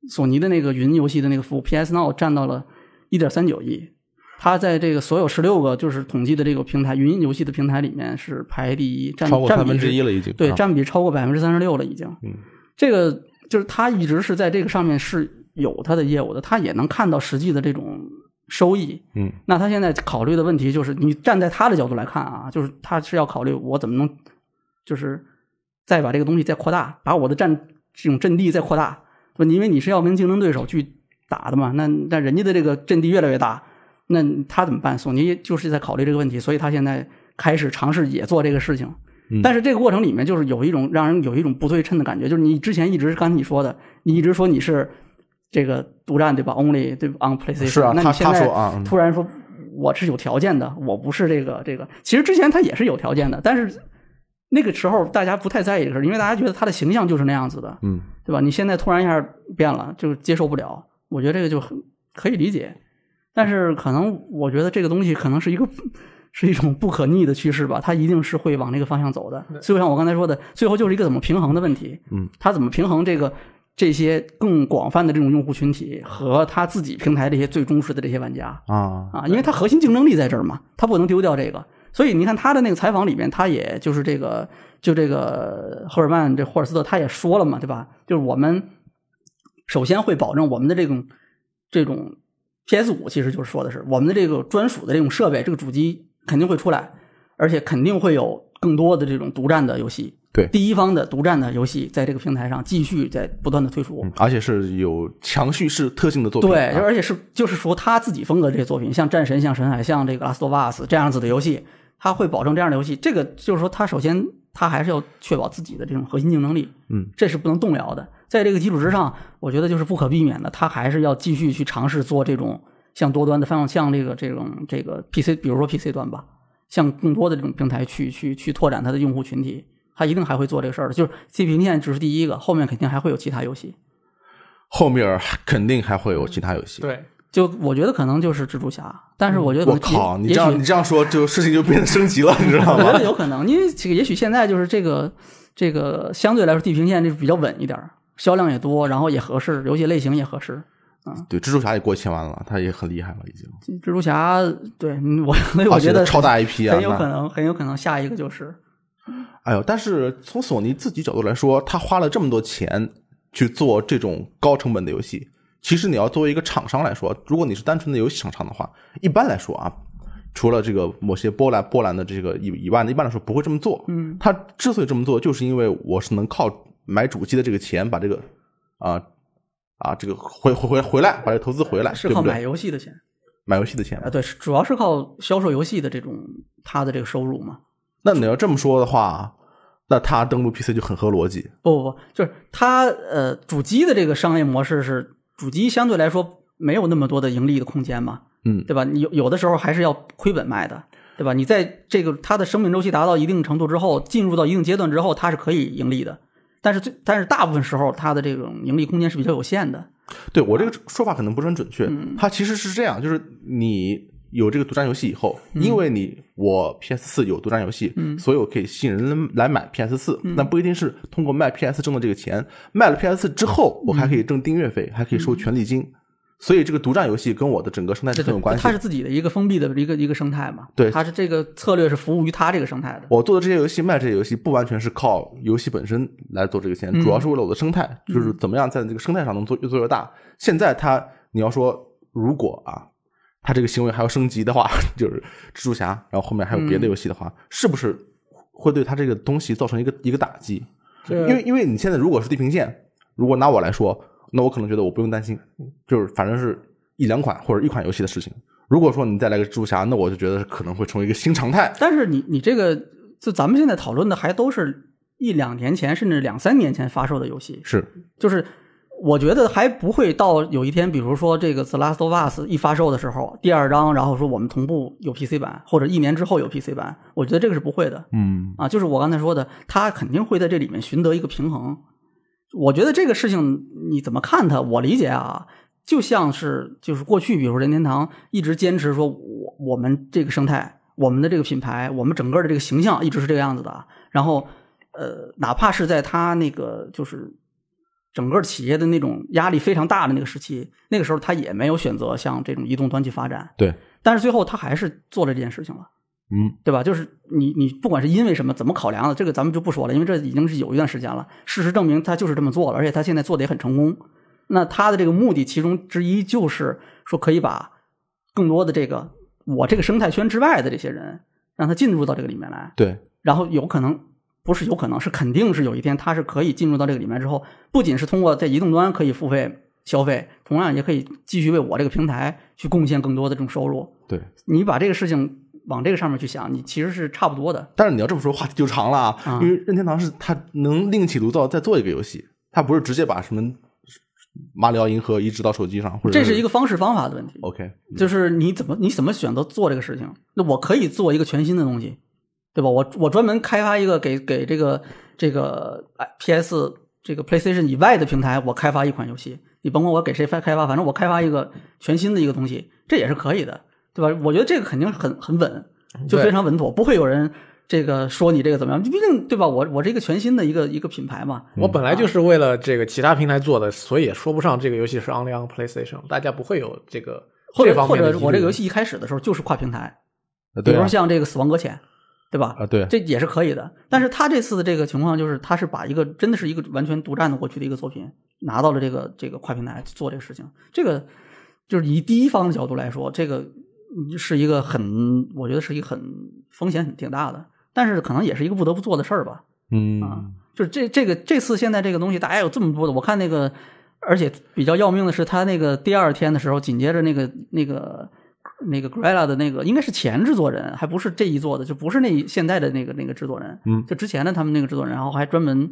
C: 索尼的那个云游戏的那个服务 PS Now 占到了一点三九亿，它在这个所有十六个就是统计的这个平台云游戏的平台里面是排第一，占
B: 超过
C: 占
B: 三分
C: 比是
B: 之一了已经。
C: 对，
B: 啊
C: 占比超过百分之三十六了，已经。
B: 嗯，
C: 这个就是他一直是在这个上面是有他的业务的，他也能看到实际的这种收益。
B: 嗯，
C: 那他现在考虑的问题就是，你站在他的角度来看啊，就是他是要考虑我怎么能，就是再把这个东西再扩大，把我的战这种阵地再扩大，对吧？因为你是要跟竞争对手去打的嘛，那那人家的这个阵地越来越大，那他怎么办？索尼就是在考虑这个问题，所以他现在开始尝试也做这个事情。
B: 嗯
C: 但是这个过程里面，就是有一种让人有一种不对称的感觉，就是你之前一直刚才你说的，你一直说你是这个独占对吧？Only 对吧？On PlayStation
B: 是啊
C: 那
B: 他
C: 你现
B: 他
C: 在
B: 说啊嗯
C: 突然说我是有条件的，我不是这个这个。其实之前他也是有条件的，但是那个时候大家不太在意这个事儿，因为大家觉得他的形象就是那样子的，
B: 嗯，
C: 对吧？你现在突然一下变了，就是接受不了，我觉得这个就很可以理解。但是可能我觉得这个东西可能是一个 是一种不可逆的趋势吧，它一定是会往那个方向走的。所以像我刚才说的，最后就是一个怎么平衡的问题。
B: 嗯，
C: 它怎么平衡这个这些更广泛的这种用户群体和他自己平台这些最忠实的这些玩家
B: 啊，
C: 啊？因为它核心竞争力在这儿嘛，它不能丢掉这个。所以你看他的那个采访里面，他也就是这个，就这个赫尔曼这霍尔斯特他也说了嘛，对吧？就是我们首先会保证我们的这种这种 PS 五，其实就是说的是我们的这个专属的这种设备，这个主机肯定会出来，而且肯定会有更多的这种独占的游戏，
B: 对
C: 第一方的独占的游戏在这个平台上继续在不断的推出。
B: 嗯而且是有强叙事特性的作品。
C: 对，
B: 啊
C: 而且是就是说他自己风格这些作品，像《战神》、像《神海》、像这个《Last of Us》这样子的游戏，他会保证这样的游戏。这个就是说，他首先他还是要确保自己的这种核心竞争力，
B: 嗯，
C: 这是不能动摇的。在这个基础之上，我觉得就是不可避免的，他还是要继续去尝试做这种像多端的泛用，像这个这种这个 PC，比如说 PC 端吧，向更多的这种平台去去去拓展它的用户群体。它一定还会做这个事儿的，就是 C 平线只是第一个，后面肯定还会有其他游戏。
B: 后面肯定还会有其他游戏。，
A: 对，
C: 就我觉得可能就是蜘蛛侠，但是我觉得
B: 嗯
C: 可
B: 我
C: 能
B: 靠，
C: 也
B: 你这样你这样说，就事情就变得升级了，你知道
C: 我觉得
B: 吗？
C: 有可能，因为这个也许现在就是这个这个相对来说地平线这比较稳一点儿，销量也多，然后也合适，游戏类型也合适。
B: 对，蜘蛛侠也过千万了，他也很厉害了，已经。
C: 蜘蛛侠，对嗯我所以
B: 而
C: 我
B: 且
C: 觉得
B: 超大 IP 啊
C: 很有
B: 那
C: 可能很有可能下一个就是
B: 哎呦，但是从索尼自己角度来说，他花了这么多钱去做这种高成本的游戏，其实你要作为一个厂商来说，如果你是单纯的游戏厂商的话，一般来说啊，除了这个某些波兰波兰的这个以以外呢，一般来说不会这么做。
C: 嗯，
B: 他之所以这么做，就是因为我是能靠买主机的这个钱把这个啊啊、这个回回回回来，把这个投资回来，
C: 是
B: 对
C: 靠
B: 不
C: 买
B: 对？
C: 游戏的钱
B: 买游戏的钱嘛
C: 啊，对，是主要是靠销售游戏的这种他的这个收入嘛。
B: 那你要这么说的话，那他登陆 PC 就很合逻辑。
C: 不不不，就是它呃，主机的这个商业模式是主机相对来说没有那么多的盈利的空间嘛，
B: 嗯
C: 对吧？你有有的时候还是要亏本卖的，对吧？你在这个它的生命周期达到一定程度之后，进入到一定阶段之后，它是可以盈利的。但是最但是大部分时候，它的这种盈利空间是比较有限的。
B: 对我这个说法可能不是很准确，它其实是这样，就是你有这个独占游戏以后，因为你我 PS 四有独占游戏，所以我可以吸引人来买 PS 四、但不一定是通过卖 PS 挣的这个钱，卖了 PS 四之后，我还可以挣订阅费，还可以收权利金，所以这个独占游戏跟我的整个生态系
C: 这
B: 很有关系
C: 它。是自己的一个封闭的一个一个生态嘛。
B: 对
C: 它是这个策略是服务于它这个生态的。
B: 我做的这些游戏，卖这些游戏，不完全是靠游戏本身来做这个钱，主要是为了我的生态，就是怎么样在这个生态上能做越做越大。现在他，你要说如果啊，他这个行为还要升级的话， 就是蜘蛛侠，然后后面还有别的游戏的话，是不是会对他这个东西造成一个一个打击？
A: 这
B: 因为因为你现在如果是地平线，如果拿我来说，那我可能觉得我不用担心，就是反正是一两款或者一款游戏的事情。如果说你再来个蜘蛛侠，那我就觉得可能会成为一个新常态。
C: 但是你你这个就咱们现在讨论的还都是一两年前甚至两三年前发售的游戏，
B: 是，
C: 就是我觉得还不会到有一天，比如说这个《The Last of Us》一发售的时候，第二章，然后说我们同步有 PC 版，或者一年之后有 PC 版，我觉得这个是不会的
B: 嗯，
C: 啊。就是我刚才说的，它肯定会在这里面寻得一个平衡。我觉得这个事情你怎么看它？我理解啊，就像是就是过去，比如说任天堂一直坚持说我我们这个生态、我们的这个品牌、我们整个的这个形象一直是这个样子的。然后呃，哪怕是在他那个就是整个企业的那种压力非常大的那个时期，那个时候他也没有选择向这种移动端去发展。
B: 对，
C: 但是最后他还是做了这件事情了。
B: 嗯，
C: 对吧？就是你你不管是因为什么，怎么考量的，这个咱们就不说了，因为这已经是有一段时间了。事实证明，他就是这么做了，而且他现在做的也很成功。那他的这个目的其中之一就是说，可以把更多的这个我这个生态圈之外的这些人，让他进入到这个里面来，
B: 对，
C: 然后有可能。不是有可能，是肯定是有一天他是可以进入到这个里面之后，不仅是通过在移动端可以付费消费，同样也可以继续为我这个平台去贡献更多的这种收入。
B: 对，
C: 你把这个事情往这个上面去想，你其实是差不多的。
B: 但是你要这么说，话题就长了啊，
C: 啊
B: 因为任天堂是他能另起炉灶再做一个游戏，他不是直接把什么马里奥银河移植到手机上，或者
C: 这是一
B: 个
C: 个方式方法的问题，
B: OK，啊
C: 就是你怎么你怎么选择做这个事情。那我可以做一个全新的东西，对吧？我我专门开发一个给给这个这个哎 PS 这个 PlayStation 以外的平台，我开发一款游戏。你甭管我给谁开开发，反正我开发一个全新的一个东西，这也是可以的，对吧？我觉得这个肯定很很稳，就
A: 对
C: 非常稳妥，不会有人这个说你这个怎么样。毕竟对吧？我我是一个全新的一个一个品牌嘛，
B: 嗯
A: 我本来就是为了这个其他平台做的，所以也说不上这个游戏是 only on PlayStation，大家不会有这个
C: 或
A: 这
C: 者
A: 方
C: 或
A: 面的
C: 者
A: 疑虑
C: 我这个游戏一开始的时候就是跨平台，
B: 呃
C: 比
B: 对
C: 如
B: 啊
C: 说像这个《死亡搁浅》，对吧？
B: 啊对，
C: 这也是可以的。但是他这次的这个情况就是，他是把一个真的是一个完全独占的过去的一个作品拿到了这个这个跨平台做这个事情，这个就是以第一方的角度来说，这个嗯是一个很我觉得是一个很风险很挺大的，但是可能也是一个不得不做的事儿吧。啊
B: 嗯，
C: 就是这这个这次现在这个东西，大家有这么多的，我看那个，而且比较要命的是，他那个第二天的时候，紧接着那个那个那个 Grella 的那个应该是前制作人，还不是这一作的，就不是那一现在的那个那个制作人，
B: 嗯
C: 就之前的他们那个制作人，然后还专门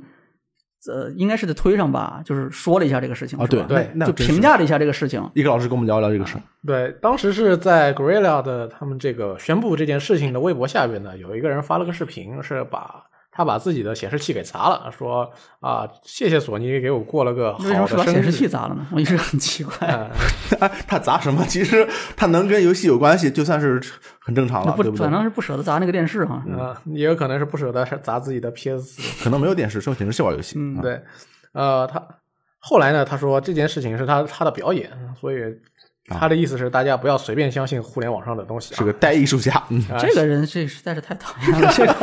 C: 呃，应该是在推上吧，就是说了一下这个事情
B: 啊，
C: 是
B: 对
C: 吧
A: 对
B: 那
C: 就评。价了一下这个事情。
B: 一个老师跟我们聊一聊这个事儿，
A: 对，当时是在 Gorilla 的他们这个宣布这件事情的微博下边呢，有一个人发了个视频，是把他把自己的显示器给砸了，说啊，谢谢索尼给我过了个好
C: 为什么
A: 的
C: 是把
A: 生日。
C: 显示器砸了呢？我一直很 奇 怪，
A: 啊
B: 哎，他砸什么？其实他能跟游戏有关系，就算是很正常了，
C: 不
B: 对，不对嗯
C: 反？正是不舍得砸那个电视哈。
A: 啊，也有可能是不舍得砸自己的 PS 四。
B: 可能没有电视，是用显示器玩游戏。
C: 嗯
B: 啊，
A: 对，呃，他后来呢，他说这件事情是他他的表演，所以他的意思是大家不要随便相信互联网上的东西、啊。
B: 啊是个代艺术家。 嗯，
A: 啊
C: 这个人这实在是太讨厌了，这个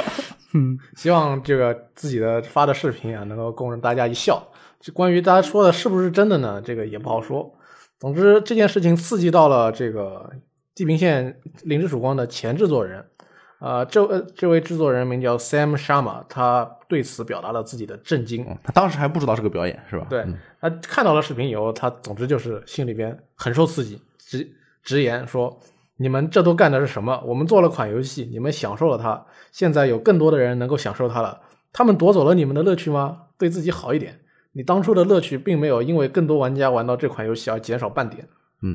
C: 嗯，
A: 希望这个自己的发的视频啊，能够供人大家一笑。这关于大家说的是不是真的呢？这个也不好说。总之，这件事情刺激到了这个《地平线：零之曙光》的前制作人，呃，这呃这位制作人名叫 Sam Sharma，他对此表达了自己的震惊。
B: 他当时还不知道是个表演，是吧？
A: 对
B: 嗯
A: 他看到了视频以后，他总之就是心里边很受刺激，直直言说：“你们这都干的是什么？我们做了款游戏，你们享受了它，现在有更多的人能够享受它了。他们夺走了你们的乐趣吗？对自己好一点，你当初的乐趣并没有因为更多玩家玩到这款游戏而减少半点。
C: 嗯，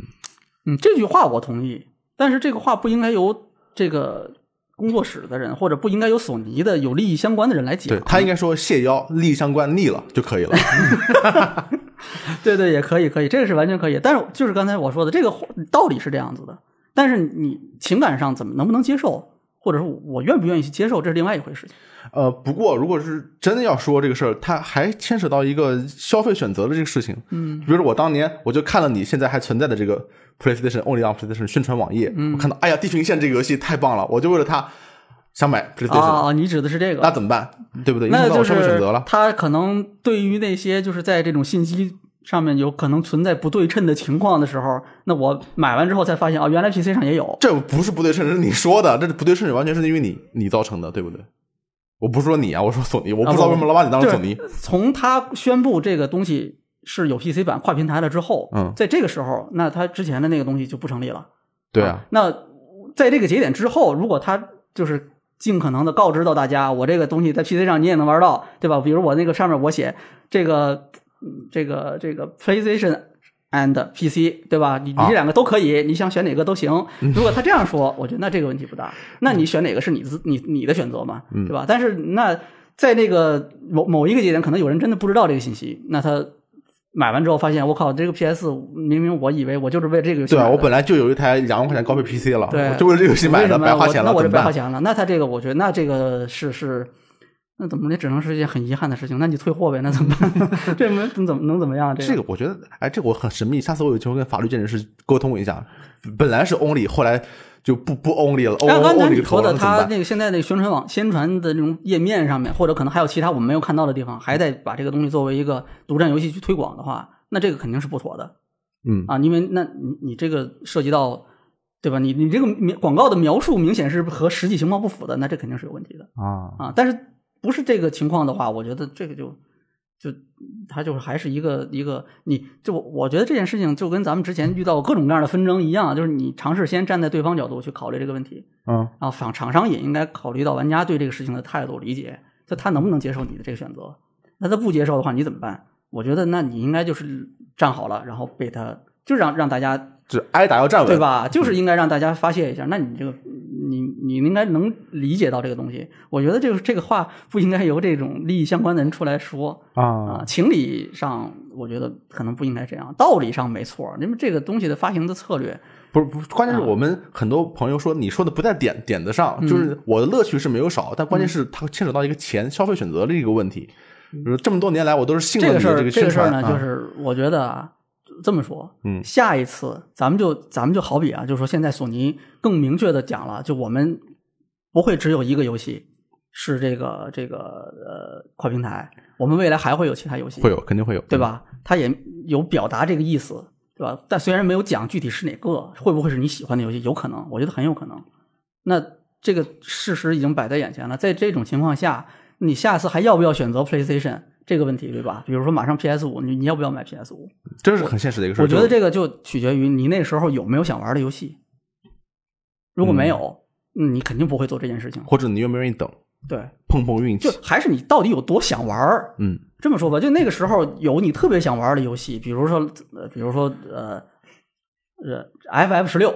C: 这句话我同意，但是这个话不应该由这个工作室的人，或者不应该由索尼的有利益相关的人来讲
B: 对。他应该说谢邀利益相关腻了就可以 了。
C: 对对，也可以，可以，这个是完全可以。但是就是刚才我说的，这个话道理是这样子的，但是你情感上怎么能不能接受，或者说我愿不愿意去接受，这是另外一回事情。
B: 呃，不过如果是真的要说这个事儿，它还牵扯到一个消费选择的这个事情。嗯，比如说我当年我就看了你现在还存在的这个 PlayStation Only on PlayStation 宣传网页，
C: 嗯
B: 我看到哎呀《地平线》这个游戏太棒了，我就为了它想买 PlayStation，、
C: 啊，你指的是这个？
B: 那怎么办？对不对？影
C: 嗯那
B: 响到
C: 就
B: 我消费选
C: 是
B: 择了。
C: 他可能对于那些就是在这种信息上面有可能存在不对称的情况的时候，那我买完之后才发现啊，原来 PC 上也有。
B: 这不是不对称，是你说的，这不对称完全是因为你你造成的，对不对？我不是说你啊，我说索尼，我
C: 哦
B: 不知道为什么老把你当成索尼。
C: 从他宣布这个东西是有 PC 版跨平台了之后，
B: 嗯
C: 在这个时候，那他之前的那个东西就不成立了。
B: 对啊，
C: 那在这个节点之后，如果他就是尽可能的告知到大家，我这个东西在 PC 上你也能玩到，对吧？比如我那个上面我写这个嗯这个这个 PlayStation and PC，对吧？你你
B: 啊嗯
C: 这两个都可以，你想选哪个都行。如果他这样说，我觉得那这个问题不大。那你选哪个是你自你你的选择嘛，
B: 嗯
C: 对吧？但是那在那个某某一个节点，可能有人真的不知道这个信息，那他。买完之后发现，我靠，这个 PS 明明我以为我就是为了这个游戏
B: 对
C: 买
B: 啊，
C: 的，
B: 我本来就有一台两万块钱高配 PC 了，
C: 对
B: 我就为了这个游戏买
C: 为
B: 的，
C: 什么
B: 白花
C: 我
B: 钱
C: 那
B: 了，
C: 我
B: 怎
C: 就
B: 么
C: 白花
B: 办？
C: 钱了。那他这个，我觉得那这个是是，那怎么也只能是一件很遗憾的事情。那你退货呗，那怎么办？ 这能怎么能怎么样？啊这
B: 这个我觉得，哎，这个我很神秘。下次我有机会跟法律界人士沟通一下。本来是 only，后来就不不 only 了。
C: 那
B: only
C: 刚才
B: only
C: 你
B: 头
C: 说
B: 了那怎
C: 的，
B: 么
C: 他
B: 办？
C: 那个现在那个宣传网宣传的那种页面上面，或者可能还有其他我们没有看到的地方，还在把这个东西作为一个独占游戏去推广的话，那这个肯定是不妥的
B: 嗯，
C: 啊，因为那你你这个涉及到。对吧？你你这个描广告的描述明显是和实际情况不符的，那这肯定是有问题的。
B: 啊，
C: 啊，但是不是这个情况的话，我觉得这个就就它就是还是一个一个你就我我觉得这件事情就跟咱们之前遇到各种各样的纷争一样，就是你尝试先站在对方角度去考虑这个问题，
B: 嗯，
C: 然后厂厂商也应该考虑到玩家对这个事情的态度理解，就他能不能接受你的这个选择，那他不接受的话你怎么办？我觉得那你应该就是站好了，然后被他就让让大家
B: 这挨打要站稳，
C: 对？吧？就是应该让大家发泄一下。那你这个，你你应该能理解到这个东西。我觉得这个这个话不应该由这种利益相关的人出来说啊、
B: 啊，
C: 情理上，我觉得可能不应该这样，道理上没错。那么这个东西的发行的策略，
B: 不是，不是，关键
C: 啊
B: 是我们很多朋友说你说的不在点点子上，就是
C: 嗯
B: 我的乐趣是没有少，但关键是它牵扯到一个钱消费选择的一个问题。比如这么多年来，我都是信
C: 嗯这
B: 任
C: 个
B: 你
C: 事
B: 的宣
C: 儿，这个事儿
B: 传
C: 呢，就
B: 啊。
C: 是我觉得啊，这么说，
B: 嗯
C: 下一次咱们就咱们就好比啊，就是说现在索尼更明确的讲了，就我们不会只有一个游戏是这个这个呃跨平台，我们未来还会有其他游戏，
B: 会有，肯定会有，
C: 对？吧？他也有表达这个意思，对吧？但虽然没有讲具体是哪个，会不会是你喜欢的游戏？有可能，我觉得很有可能。那这个事实已经摆在眼前了，在这种情况下，你下次还要不要选择 PlayStation 这个问题，对吧？比如说马上 PS 五，你你要不要买 PS 五？
B: 这是很现实的一个事儿。
C: 我觉得
B: 就
C: 这个就取决于你那时候有没有想玩的游戏。如果没有，嗯你肯定不会做这件事情。
B: 或者你愿不愿意等，
C: 对，
B: 碰碰运气
C: 就。还是你到底有多想玩儿
B: 嗯，
C: 这么说吧，就那个时候有你特别想玩的游戏，比如说，呃比如说，呃，呃，FF 十六，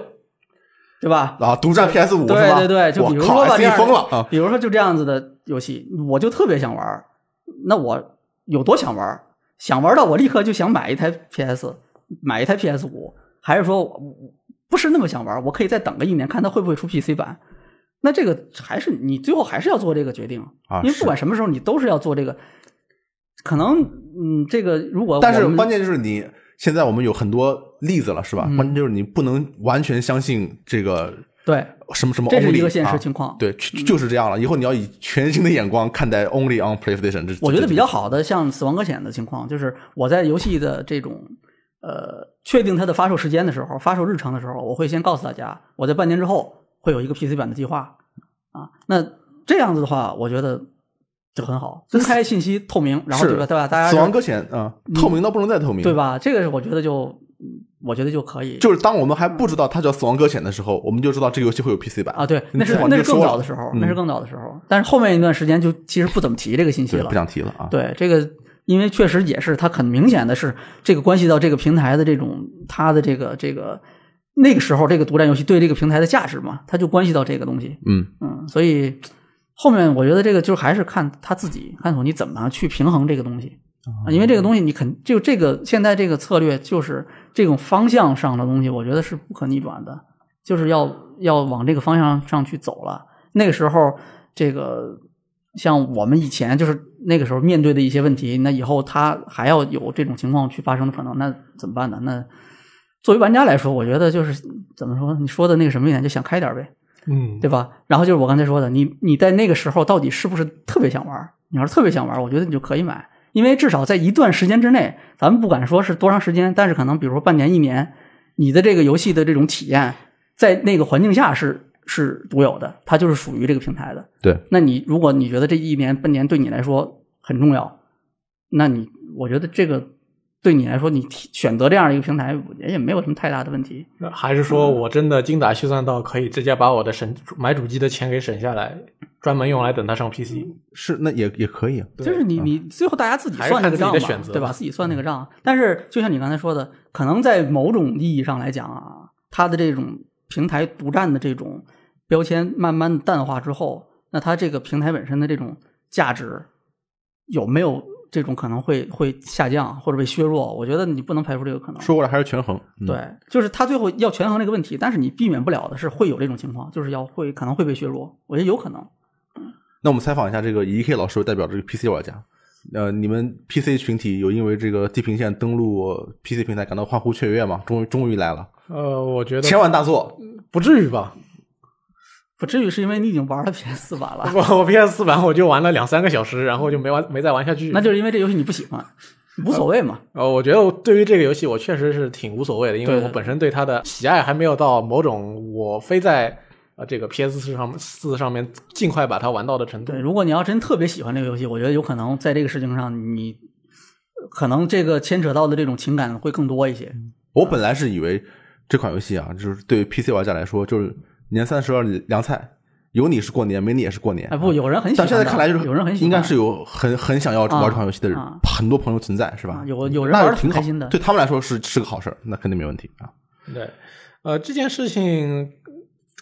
C: 对吧？
B: 啊，独占 PS 五
C: 对对对，就比如说吧，这样
B: 疯了啊！
C: 比如说就这样子的游戏，我就特别想玩儿。那我有多想玩儿？想玩儿到我立刻就想买一台 PS，买一台 PS 五，还是说我我不是那么想玩儿？我可以再等个一年，看它会不会出 PC 版。那这个还是你最后还是要做这个决定，
B: 啊
C: 因为不管什么时候你都是要做这个。可能嗯，这个如果
B: 但是
C: 我们
B: 关键就是你现在我们有很多例子了，是吧？
C: 嗯
B: 关键就是你不能完全相信这个
C: 对，
B: 什么什么 only，
C: 这是一个现实
B: 啊
C: 情况。嗯
B: 对，就就是这样了。以后你要以全新的眼光看待 only on PlayStation 这。这
C: 我觉得比较好的，像《死亡搁浅》的情况，就是我在游戏的这种呃确定它的发售时间的时候，发售日程的时候，我会先告诉大家，我在半年之后会有一个 PC 版的计划啊。那这样子的话，我觉得就很好，公开信息透明，然后
B: 是
C: 对吧？对吧？大家嗯
B: 死亡搁浅啊，透明到不能再透明，
C: 对？吧？这个我觉得就嗯我觉得就可以，
B: 就是当我们还不知道它叫死亡搁浅的时候，我们就知道这个游戏会有 PC 版
C: 啊，对，
B: 你
C: 那是
B: 至少
C: 那
B: 就是
C: 更
B: 说
C: 早
B: 了
C: 的时候，
B: 嗯
C: 那是更早的时候。但是后面一段时间就其实不怎么提这个信息
B: 对，
C: 了
B: 不，想提了啊。
C: 对，这个因为确实也是，它很明显的是这个关系到这个平台的这种它的这个这个那个时候这个独占游戏对这个平台的价值嘛，它就关系到这个东西。
B: 嗯，
C: 嗯，所以后面我觉得这个就是还是看他自己，看索尼怎么去平衡这个东西。啊因为这个东西，你肯就这个现在这个策略，就是这种方向上的东西，我觉得是不可逆转的，就是要要往这个方向上去走了。那个时候，这个像我们以前就是那个时候面对的一些问题，那以后他还要有这种情况去发生的可能，那怎么办呢？那作为玩家来说，我觉得就是怎么说，你说的那个什么一点，就想开点呗。
A: 嗯，
C: 对吧？然后就是我刚才说的，你你在那个时候到底是不是特别想玩儿？你要是特别想玩儿，我觉得你就可以买，因为至少在一段时间之内，咱们不敢说是多长时间，但是可能比如说半年、一年，你的这个游戏的这种体验，在那个环境下是是独有的，它就是属于这个平台的。
B: 对，
C: 那你如果你觉得这一年半年对你来说很重要，那你我觉得这个对你来说，你提选择这样一个平台也也没有什么太大的问题。
A: 那还是说我真的精打细算到可以直接把我的省买主机的钱给省下来，专门用来等它上 PC。
B: 是那也也可以啊。
C: 就是你你最后大家自己算那个账
A: 嗯还
C: 吧
A: 是看自己的选择嗯
C: 对吧？自己算那个账。啊但是就像你刚才说的，可能在某种意义上来讲啊，它的这种平台独占的这种标签慢慢淡化之后，那它这个平台本身的这种价值有没有这种可能会会下降或者被削弱？我觉得你不能排除这个可能。
B: 说过来还是权衡，嗯
C: 对，就是它最后要权衡这个问题，但是你避免不了的是会有这种情况，就是要会可能会被削弱，我觉得有可能。
B: 那我们采访一下这个 E K 老师，代表这个 PC 玩家。呃，你们 PC 群体有因为这个《地平线》登陆 PC 平台感到欢呼雀跃吗？终于终于来了，
A: 呃，我觉
B: 千
A: 得
B: 万大作！
A: 不至于吧？
C: 不至于是因为你已经玩了 PS 版了，
A: 我我 PS 四版我就玩了两三个小时，然后就没玩没再玩下去。
C: 那就是因为这游戏你不喜欢，无所谓嘛。
A: 呃，我觉得我对于这个游戏，我确实是挺无所谓的，因为
C: 对
A: 我本身对它的喜爱还没有到某种我非在呃这个 PS 四上四上面尽快把它玩到的程度
C: 对，。如果你要真特别喜欢这个游戏，我觉得有可能在这个事情上你，可能这个牵扯到的这种情感会更多一些。
B: 我本来是以为这款游戏啊，就是对于 PC 玩家来说，就是年三十儿凉菜，有你是过年，没你也是过年。啊
C: 哎，不，有人很喜
B: 但
C: 欢的，
B: 现在看来就是
C: 有人很喜欢，
B: 应该是有很很想要玩这款游戏的人
C: 啊，
B: 很多朋友存在是吧
C: 啊？有有人
B: 那
C: 玩的
B: 挺
C: 挺
B: 好
C: 开心的。
B: 对他们来说是是个好事儿，那肯定没问题啊。
A: 对，呃，这件事情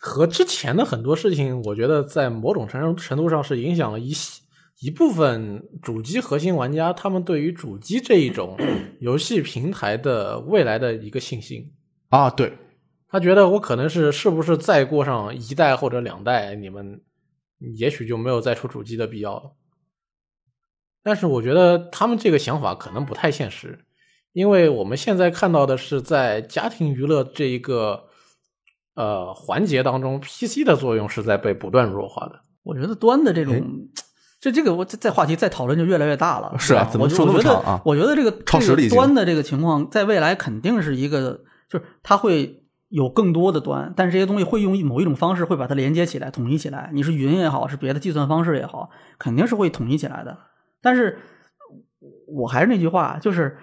A: 和之前的很多事情，我觉得在某种程程度上是影响了一系一部分主机核心玩家他们对于主机这一种游戏平台的未来的一个信心。
B: 啊，对，
A: 他觉得我可能是是不是再过上一代或者两代，你们也许就没有再出主机的必要了。但是我觉得他们这个想法可能不太现实，因为我们现在看到的是在家庭娱乐这一个呃环节当中，PC 的作用是在被不断弱化的。
C: 我觉得端的这
B: 哎
C: 种，这这个我这这话题再讨论就越来越大了。
B: 是啊
C: 吧
B: 怎么
C: 我就
B: 说那么
C: 我觉得
B: 长啊
C: 我觉得这个
B: 超时了已
C: 这
B: 经
C: 个端的这个情况，在未来肯定是一个，就是它会有更多的端，但是这些东西会用某一种方式会把它连接起来、统一起来。你是云也好，是别的计算方式也好，肯定是会统一起来的。但是我还是那句话，就是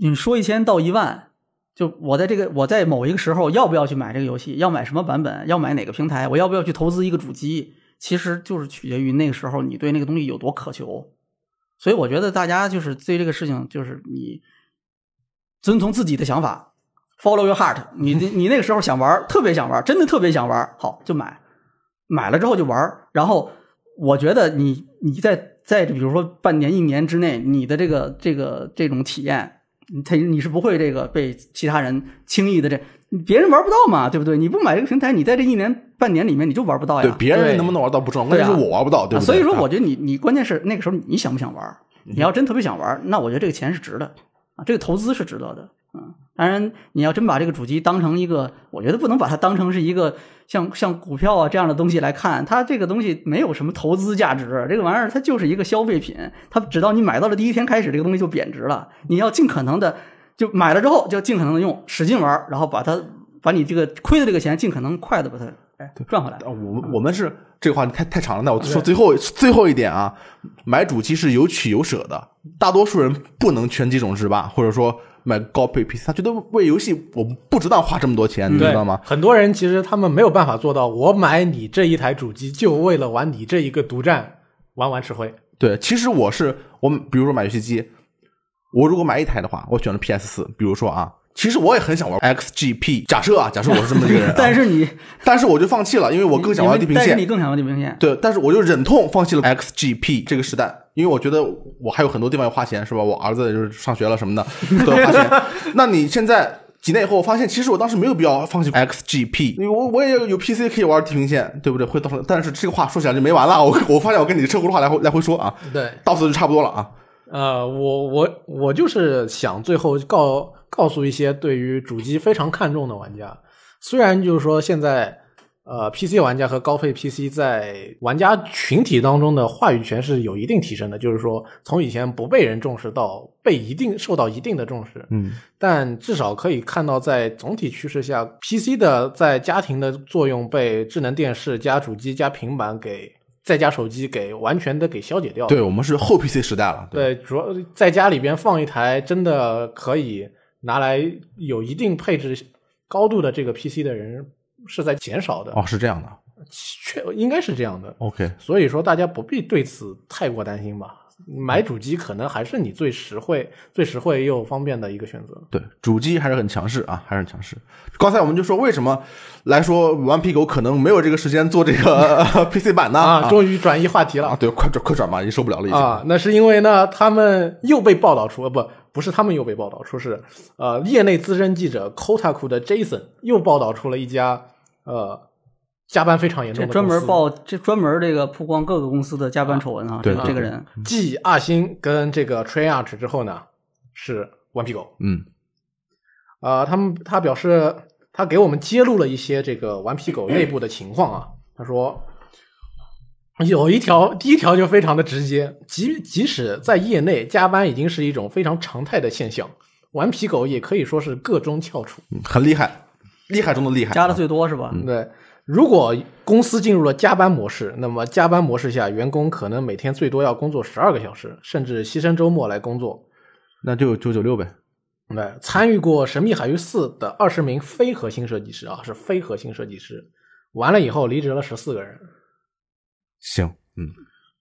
C: 你说一千道一万，就我在这个我在某一个时候要不要去买这个游戏，要买什么版本，要买哪个平台，我要不要去投资一个主机，其实就是取决于那个时候你对那个东西有多渴求。所以我觉得大家就是对这个事情，就是你遵从自己的想法，follow your heart 你。你你那个时候想玩，特别想玩，真的特别想玩，好就买，买了之后就玩。然后我觉得你你在在比如说半年一年之内，你的这个这个这种体验，他你是不会这个被其他人轻易的这。别人玩不到嘛，对不对？你不买这个平台，你在这一年半年里面你就玩不到呀。
B: 对，别人能不能玩到不重要，关键是我玩不到，对不对？
C: 啊
B: 啊嗯
C: 所以说，我觉得你你关键是那个时候你想不想玩？你要真特别想玩，那我觉得这个钱是值的啊，这个投资是值得的。嗯，当然你要真把这个主机当成一个，我觉得不能把它当成是一个像像股票啊这样的东西来看，它这个东西没有什么投资价值，这个玩意儿它就是一个消费品，它只到你买到了第一天开始，这个东西就贬值了。你要尽可能的。就买了之后，就尽可能的用，使劲玩，然后把它把你这个亏的这个钱，尽可能快的把它哎赚回来。
B: 啊，我我们是这个话题太太长了，那我说最后最后一点啊，买主机是有取有舍的，大多数人不能全机种制吧，或者说买高配 PC，他觉得为游戏我不值当花这么多钱，你知道吗？
A: 很多人其实他们没有办法做到，我买你这一台主机就为了玩你这一个独占，玩完吃灰。
B: 对，其实我是我，比如说买游戏机。我如果买一台的话，我选了 PS 四。比如说啊，其实我也很想玩 XGP。假设啊，假设我是这么一个人、啊，
C: 但是你，
B: 但是我就放弃了，因为我更想玩地平线。
C: 但是你更想玩地平线。
B: 对，但是我就忍痛放弃了 XGP 这个时代，因为我觉得我还有很多地方要花钱，是吧？我儿子就是上学了什么的都要花钱。那你现在几年以后，我发现其实我当时没有必要放弃 XGP，因为我我也有 PC 可以玩地平线，对不对？会到，但是这个话说起来就没完了。我我发现我跟你车轱辘话来回来回说啊，
A: 对，
B: 到此就差不多了啊。
A: 呃，我我我就是想最后告告诉一些对于主机非常看重的玩家，虽然就是说现在呃 PC 玩家和高配 PC 在玩家群体当中的话语权是有一定提升的，就是说从以前不被人重视到被一定受到一定的重视，
B: 嗯，
A: 但至少可以看到在总体趋势下，PC 的在家庭的作用被智能电视加主机加平板给。在家手机给完全的给消解掉了，
B: 对我们是后 PC 时代了。
A: 对，主要在家里边放一台真的可以拿来有一定配置高度的这个 PC 的人是在减少的，
B: 哦，是这样的，
A: 确应该是这样的。
B: OK，
A: 所以说大家不必对此太过担心吧。买主机可能还是你最实惠、最实惠又方便的一个选择。
B: 对，主机还是很强势啊，还是很强势。刚才我们就说为什么来说顽皮狗可能没有这个时间做这个 PC 版呢？
A: 啊，终于转移话题了。
B: 啊，对，快转快转吧，已经受不了了已经。
A: 啊，那是因为呢，他们又被报道出，呃，不，不是他们又被报道出是，呃，业内资深记者 Kotaku 的 Jason 又报道出了一家呃加班非常严重
C: 这
A: 的
C: 专
A: 公司
C: 门报这专门这个曝光各个公司的加班丑闻啊，
B: 对
C: 这个
B: 对
C: 这个人
A: 继阿星跟这个 Treyarch 之后呢，是顽皮狗。
B: 嗯，
A: 啊，他们他表示，他给我们揭露了一些这个顽皮狗内部的情况啊。他说，有一条，第一条就非常的直接，即即使在业内加班已经是一种非常常态的现象，顽皮狗也可以说是各中翘楚。
B: 嗯很厉害，厉害中的厉害。啊
C: 加的最多是
B: 嗯
C: 吧？
A: 对，如果公司进入了加班模式，那么加班模式下，员工可能每天最多要工作十二个小时，甚至牺牲周末来工作。
B: 那就九九六呗。
A: 对，参与过《神秘海域四》的二十名非核心设计师啊，是非核心设计师，完了以后离职了十四个人。
B: 行，嗯。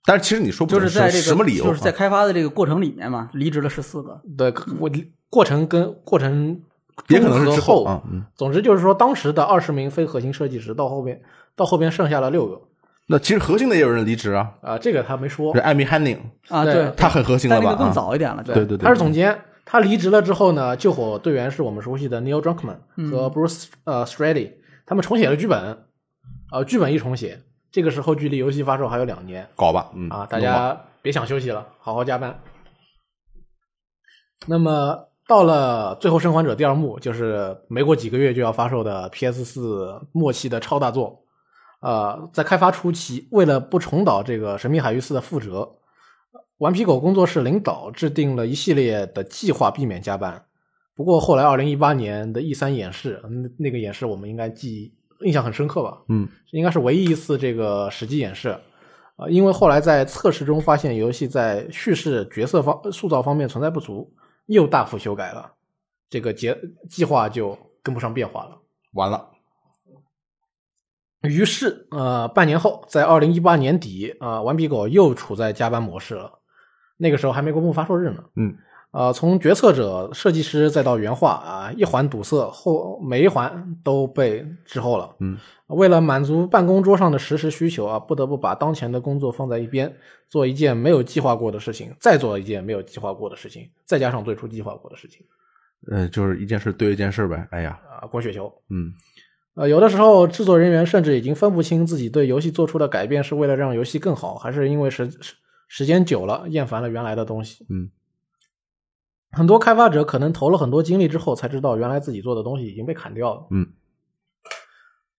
B: 但是其实你说不
C: 就
B: 准
C: 是
B: 是
C: 在这个
B: 什么理由啊？
C: 就是在开发的这个过程里面嘛，离职了十四个，
A: 对，我过程跟过程
B: 也可能
A: 中
B: 是之
A: 和后
B: 后啊，嗯。
A: 总之就是说，当时的二十名非核心设计师到后边到后边剩下了六个
B: 那其实核心的也有人离职啊，
A: 啊、这个他没说
B: 这，艾米汉宁，
C: 啊，
A: 对
C: 对，
B: 他很核心
C: 但
B: 了
C: 那
B: 吧？
C: 个更
B: 啊
C: 早一点了，
B: 对对
A: 他是总监。他离职了之后呢，救火队员是我们熟悉的 Neil Druckmann 和 Bruce、呃 Strady，他们重写了剧本，呃，剧本一重写，这个时候距离游戏发售还有两年。
B: 搞吧，嗯
A: 啊，大
B: 弄吧
A: 家别想休息了，好好加班。那么到了《最后生还者》第二幕，就是没过几个月就要发售的 PS 四末期的超大作。呃，在开发初期，为了不重蹈这个《神秘海域四》的覆辙，顽皮狗工作室领导制定了一系列的计划，避免加班。不过后来，二零一八年的 E 三演示，嗯那个演示我们应该记忆印象很深刻吧？
B: 嗯，
A: 应该是唯一一次这个实际演示。啊、因为后来在测试中发现游戏在叙事、角色方塑造方面存在不足，又大幅修改了，这个节计划就跟不上变化了。
B: 完了，
A: 于是，呃呃，半年后，在二零一八年底，啊、顽皮狗又处在加班模式了。那个时候还没公布发售日呢。
B: 嗯，
A: 呃，从决策者、设计师再到原画啊，一环堵塞，后每一环都被滞后了。
B: 嗯，
A: 为了满足办公桌上的实时需求啊，不得不把当前的工作放在一边，做一件没有计划过的事情，再做一件没有计划过的事情，再加上最初计划过的事情
B: 呃，就是一件事对一件事呗。哎呀，
A: 啊，滚雪球。
B: 嗯
A: 呃，有的时候制作人员甚至已经分不清自己对游戏做出的改变是为了让游戏更好，还是因为时时时间久了厌烦了原来的东西。
B: 嗯，
A: 很多开发者可能投了很多精力之后，才知道原来自己做的东西已经被砍掉了。
B: 嗯，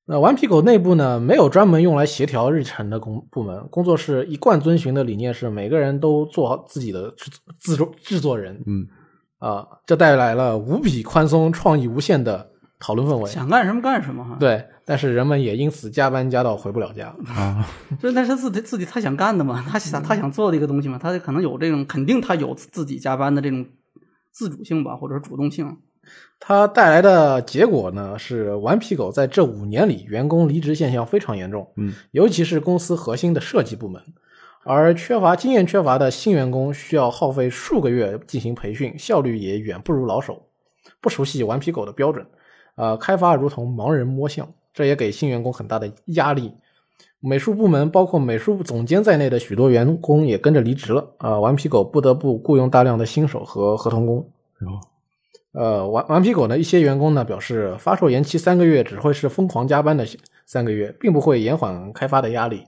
A: 那顽皮狗内部呢，没有专门用来协调日程的工部门。工作室一贯遵循的理念是，每个人都做好自己的制制作制作人
B: 嗯，
A: 啊、这带来了无比宽松、创意无限的讨论氛围。
C: 想干什么干什么哈。，
A: 对，但是人们也因此加班加到回不了家。
B: 啊，
C: 就是那是自己自己他想干的嘛，他想他想做的一个东西嘛，他可能有这种肯定他有自己加班的这种自主性吧，或者是主动性。
A: 它带来的结果呢是，顽皮狗在这五年里员工离职现象非常严重，
B: 嗯，
A: 尤其是公司核心的设计部门。而缺乏经验缺乏的新员工需要耗费数个月进行培训，效率也远不如老手，不熟悉顽皮狗的标准，呃，开发如同盲人摸象，这也给新员工很大的压力。美术部门包括美术总监在内的许多员工也跟着离职了，啊、顽皮狗不得不雇佣大量的新手和合同工，
B: 哟，
A: 呃，顽顽皮狗呢，一些员工呢表示，发售延期三个月只会是疯狂加班的三个月，并不会延缓开发的压力。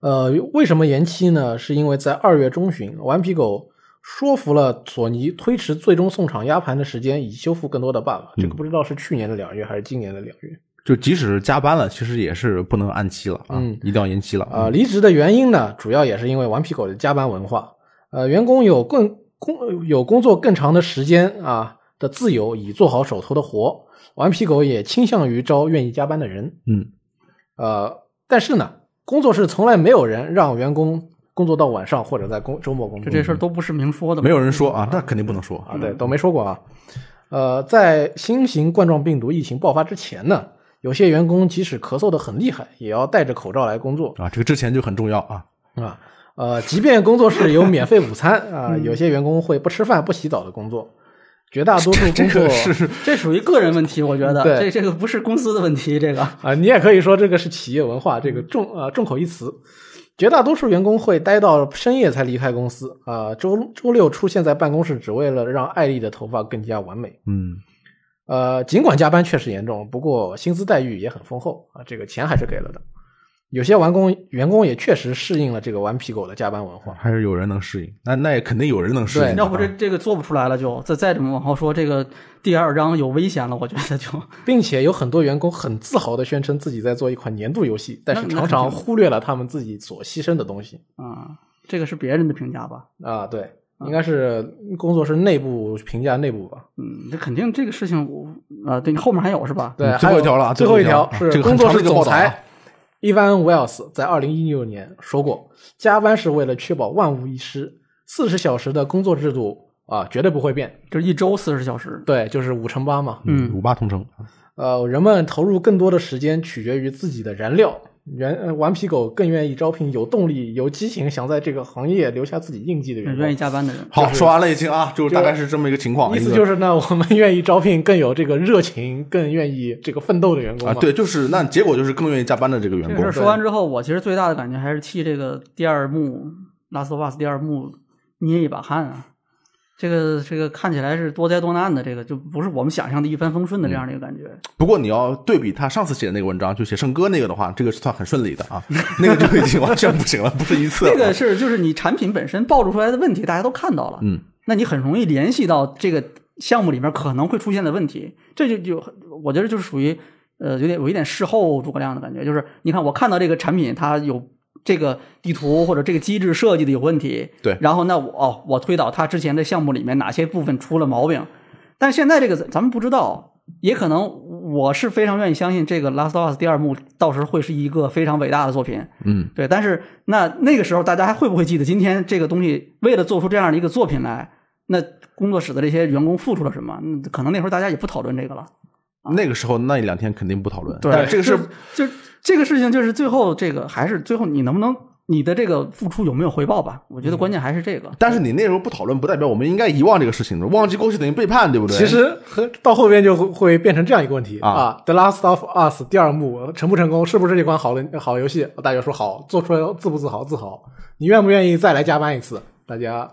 A: 呃，为什么延期呢？是因为在二月中旬，顽皮狗说服了索尼推迟最终送厂压盘的时间，以修复更多的 bug。这个不知道是去年的两月还是今年的两月。
B: 就即使是加班了，其实也是不能按期了啊，
A: 嗯
B: 一定要延期了
A: 啊、离职的原因呢，主要也是因为顽皮狗的加班文化。呃，员工有更工有工作更长的时间啊的自由，以做好手头的活。顽皮狗也倾向于招愿意加班的人。
B: 嗯，
A: 呃，但是呢，工作室从来没有人让员工工作到晚上或者在工周末工
C: 就
A: 作。
C: 这事儿都不是明说的嘛，
B: 嗯没有人说啊，那肯定不能说嗯
A: 啊，对，都没说过啊。呃，在新型冠状病毒疫情爆发之前呢，有些员工即使咳嗽的很厉害，也要戴着口罩来工作。
B: 啊，这个之前就很重要啊，
A: 啊，呃，即便工作室有免费午餐啊、
B: 嗯
A: 有些员工会不吃饭、不洗澡的工作，绝大多数工作
B: 这是
C: 这属于个人问题，我觉得
A: 对
C: 这这个不是公司的问题，这个
A: 啊，你也可以说这个是企业文化，这个众啊众口一词。绝大多数员工会待到深夜才离开公司啊，周周六出现在办公室，只为了让艾丽的头发更加完美。
B: 嗯
A: 呃，尽管加班确实严重，不过薪资待遇也很丰厚啊，这个钱还是给了的。有些员工员工也确实适应了这个顽皮狗的加班文化。
B: 还是有人能适应，那那也肯定有人能适应的啊，
A: 对
C: 要不这这个做不出来了就，再再怎么往后说，这个第二章有危险了，我觉得就
A: 并且有很多员工很自豪地宣称自己在做一款年度游戏，但是常常忽略了他们自己所牺牲的东西。
C: 啊，这个是别人的评价吧？
B: 嗯
A: 啊，对，应该是工作室内部评价内部吧。
C: 嗯，这肯定这个事情我啊，对你后面还有是吧？
A: 对，
B: 嗯最后一条了
A: 还
B: 啊
A: 有最后一条
B: 最后一条啊这
A: 是
B: 个很
A: 工作
B: 长的
A: 室
B: 一个报
A: 总
B: 道啊
A: 裁伊万威尔斯在二零一六年说过，加班是为了确保万无一失，四十小时的工作制度啊绝对不会变。
C: 就一周四十小时，
A: 对，就是五乘八嘛。
C: 嗯
B: 五八同城，
A: 呃，人们投入更多的时间取决于自己的燃料。原呃顽皮狗更愿意招聘有动力、有激情、想在这个行业留下自己印记的员
C: 愿意
A: 工。
C: 加班的人，
B: 好，说完了已经啊，就是大概是这么一个情况，
A: 意思
B: 一个
A: 就是呢，我们愿意招聘更有这个热情、更愿意这个奋斗的员工
B: 啊，
A: 嘛
B: 对，就是那结果就是更愿意加班的这个员
C: 这个事
B: 工
C: 儿，说完之后，我其实最大的感觉还是替这个第二幕《拉斯瓦斯》第二幕捏一把汗啊！这个这个看起来是多灾多难的，这个就不是我们想象的一帆风顺的这样的一个感觉。
B: 不过你要对比他上次写的那个文章，就写圣歌那个的话，这个是算很顺利的啊，那个就已经完全不行了，不是一次了。啊
C: 这个是就是你产品本身暴露出来的问题，大家都看到了，
B: 嗯，
C: 那你很容易联系到这个项目里面可能会出现的问题，这就就我觉得就是属于呃有点有一点事后诸葛亮的感觉，就是你看我看到这个产品它有。这个地图或者这个机制设计的有问题，
B: 对
C: 然后那我、哦、我推导它之前的项目里面哪些部分出了毛病，但现在这个咱咱们不知道，也可能我是非常愿意相信这个《Last of Us》第二幕到时候会是一个非常伟大的作品，
B: 嗯，
C: 对，但是那那个时候大家还会不会记得，今天这个东西为了做出这样的一个作品来，那工作室的这些员工付出了什么？那可能那时候大家也不讨论这个了。
B: 那个时候那一两天肯定不讨论，
C: 对
B: 但这个是
C: 就就这个事情，就是最后这个还是最后你能不能你的这个付出有没有回报吧？我觉得关键还是这
A: 嗯
C: 个。
B: 但是你那时候不讨论，不代表我们应该遗忘这个事情的。忘记过去等于背叛，对不对？
A: 其实和到后边就会会变成这样一个问题
B: 啊
A: The Last of Us》第二幕成不成功，是不是一款好的好游戏？大家说好，做出来自不自豪？自豪。你愿不愿意再来加班一次？大家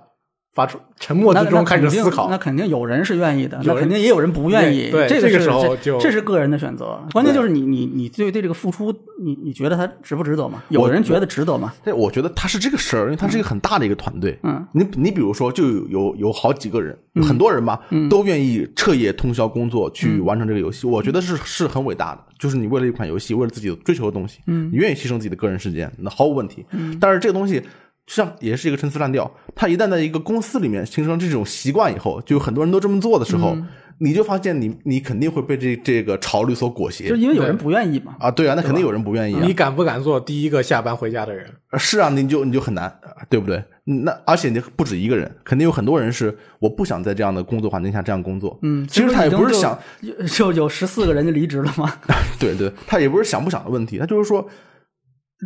A: 发出沉默
C: 那
A: 之
C: 那
A: 中开始
C: 肯定
A: 思考
C: 那。肯定有人是愿意的，
A: 有
C: 那
A: 人
C: 肯定也有人不愿意。
A: 对对
C: 这
A: 这个
C: 是
A: 时候就
C: 这是个人的选择。关键就是你你你对对这个付出，你你觉得它值不值得嘛？有
B: 我
C: 人觉得值得嘛？
B: 对，我觉得他是这个事儿，因为他是一个很大的一个团队。
C: 嗯，
B: 你你比如说，就有有有好几个人，有很多人吧，都愿意彻夜通宵工作去完成这个游戏。我觉得是是很伟大的，就是你为了一款游戏，为了自己追求的东西，嗯，你愿意牺牲自己的个人时间，那毫无问题。嗯，但是这个东西。就像也是一个陈词滥调，他一旦在一个公司里面形成这种习惯以后，就有很多人都这么做的时候，你就发现你你肯定会被这这个潮流所裹
C: 就
B: 挟
C: 因为有人不愿意嘛。
B: 啊！对啊，那肯定有人不愿意、啊。
A: 你敢不敢做第一个下班回家的人？
B: 是啊，你就你就很难，对不对？那而且你不止一个人，肯定有很多人是我不想在这样的工作环境下这样工作。
C: 嗯，
B: 其实他也不是想，
C: 就就有十四个人就离职了嘛。
B: 对对，他也不是想不想的问题，他就是说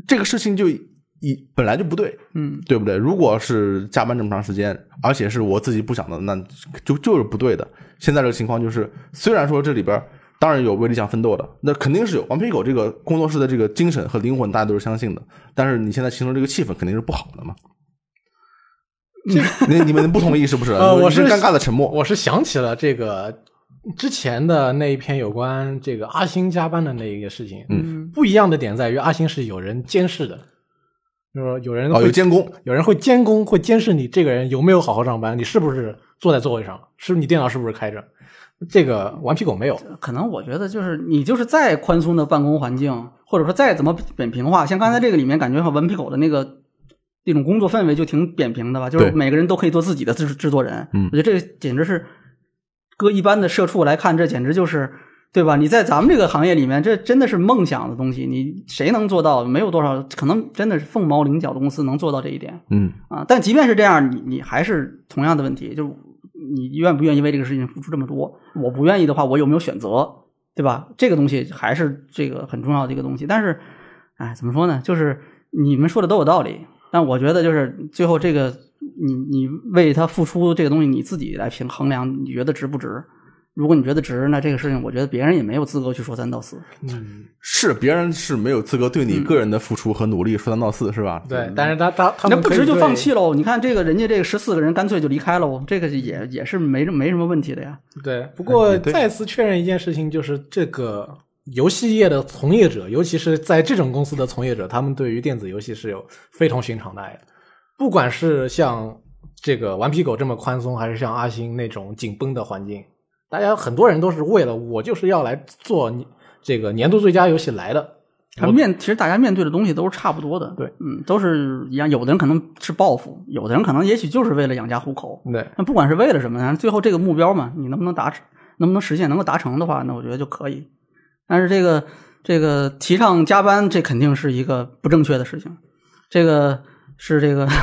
B: 这个事情就一本来就不对，
C: 嗯，
B: 对不对？如果是加班这么长时间，而且是我自己不想的，那就就是不对的。现在这个情况就是，虽然说这里边儿当然有为理想奋斗的，那肯定是有顽皮狗这个工作室的这个精神和灵魂，大家都是相信的。但是你现在形成这个气氛，肯定是不好 的嘛。你你们不同意是不是？
A: 呃
B: 你们
A: 我是
B: 尴尬的沉默。
A: 我是想起了这个之前的那一篇有关这个阿星加班的那一个事情。
C: 嗯，
A: 不一样的点在于阿星是有人监视的，就是说有人
B: 哦，
A: 会
B: 有监工，
A: 有人会监工，会监视你这个人有没有好好上班，你是不是坐在座位上，是不是你电脑是不是开着？这个顽皮狗没有，
C: 嗯可能我觉得就是你就是再宽松的办公环境，或者说再怎么扁平化，像刚才这个里面感觉和顽皮狗的那个那种工作氛围就挺扁平的吧，就
B: 对
C: 是每个人都可以做自己的制制作人。
B: 嗯
C: 我觉得这个简直是搁一般的社畜来看，这简直就是。对吧？你在咱们这个行业里面，这真的是梦想的东西，你谁能做到？没有多少，可能真的是凤毛麟角的公司能做到这一点。
B: 嗯，
C: 啊，但即便是这样，你你还是同样的问题，就是你愿不愿意为这个事情付出这么多？我不愿意的话，我有没有选择，对吧？这个东西还是这个很重要的一个东西。但是，哎，怎么说呢？就是你们说的都有道理，但我觉得就是最后这个你你为他付出这个东西，你自己来评衡量，你觉得值不值？如果你觉得值，那这个事情我觉得别人也没有资格去说三道四。
B: 是别人是没有资格对你个人的付出和努力说三道四，是吧？
A: 嗯对，但是他他他
C: 那
A: 们
C: 不
A: 可以
C: 值就
A: 对
C: 放弃喽？你看这个人家这个十四个人干脆就离开喽，这个也也是没没什么问题的呀。
A: 对，不过
B: 也对
A: 再次确认一件事情，就是这个游戏业的从业者，尤其是在这种公司的从业者，他们对于电子游戏是有非同寻常的爱的。不管是像这个顽皮狗这么宽松，还是像阿星那种紧绷的环境，大家很多人都是为了我就是要来做你这个年度最佳游戏来的。
C: 他面其实大家面对的东西都是差不多的，
A: 对，
C: 嗯，都是一样。有的人可能是报复，有的人可能也许就是为了养家糊口。
A: 对，
C: 那不管是为了什么，反正最后这个目标嘛，你能不能达成，能不能实现，能够达成的话，那我觉得就可以。但是这个这个提倡加班，这肯定是一个不正确的事情。这个是这个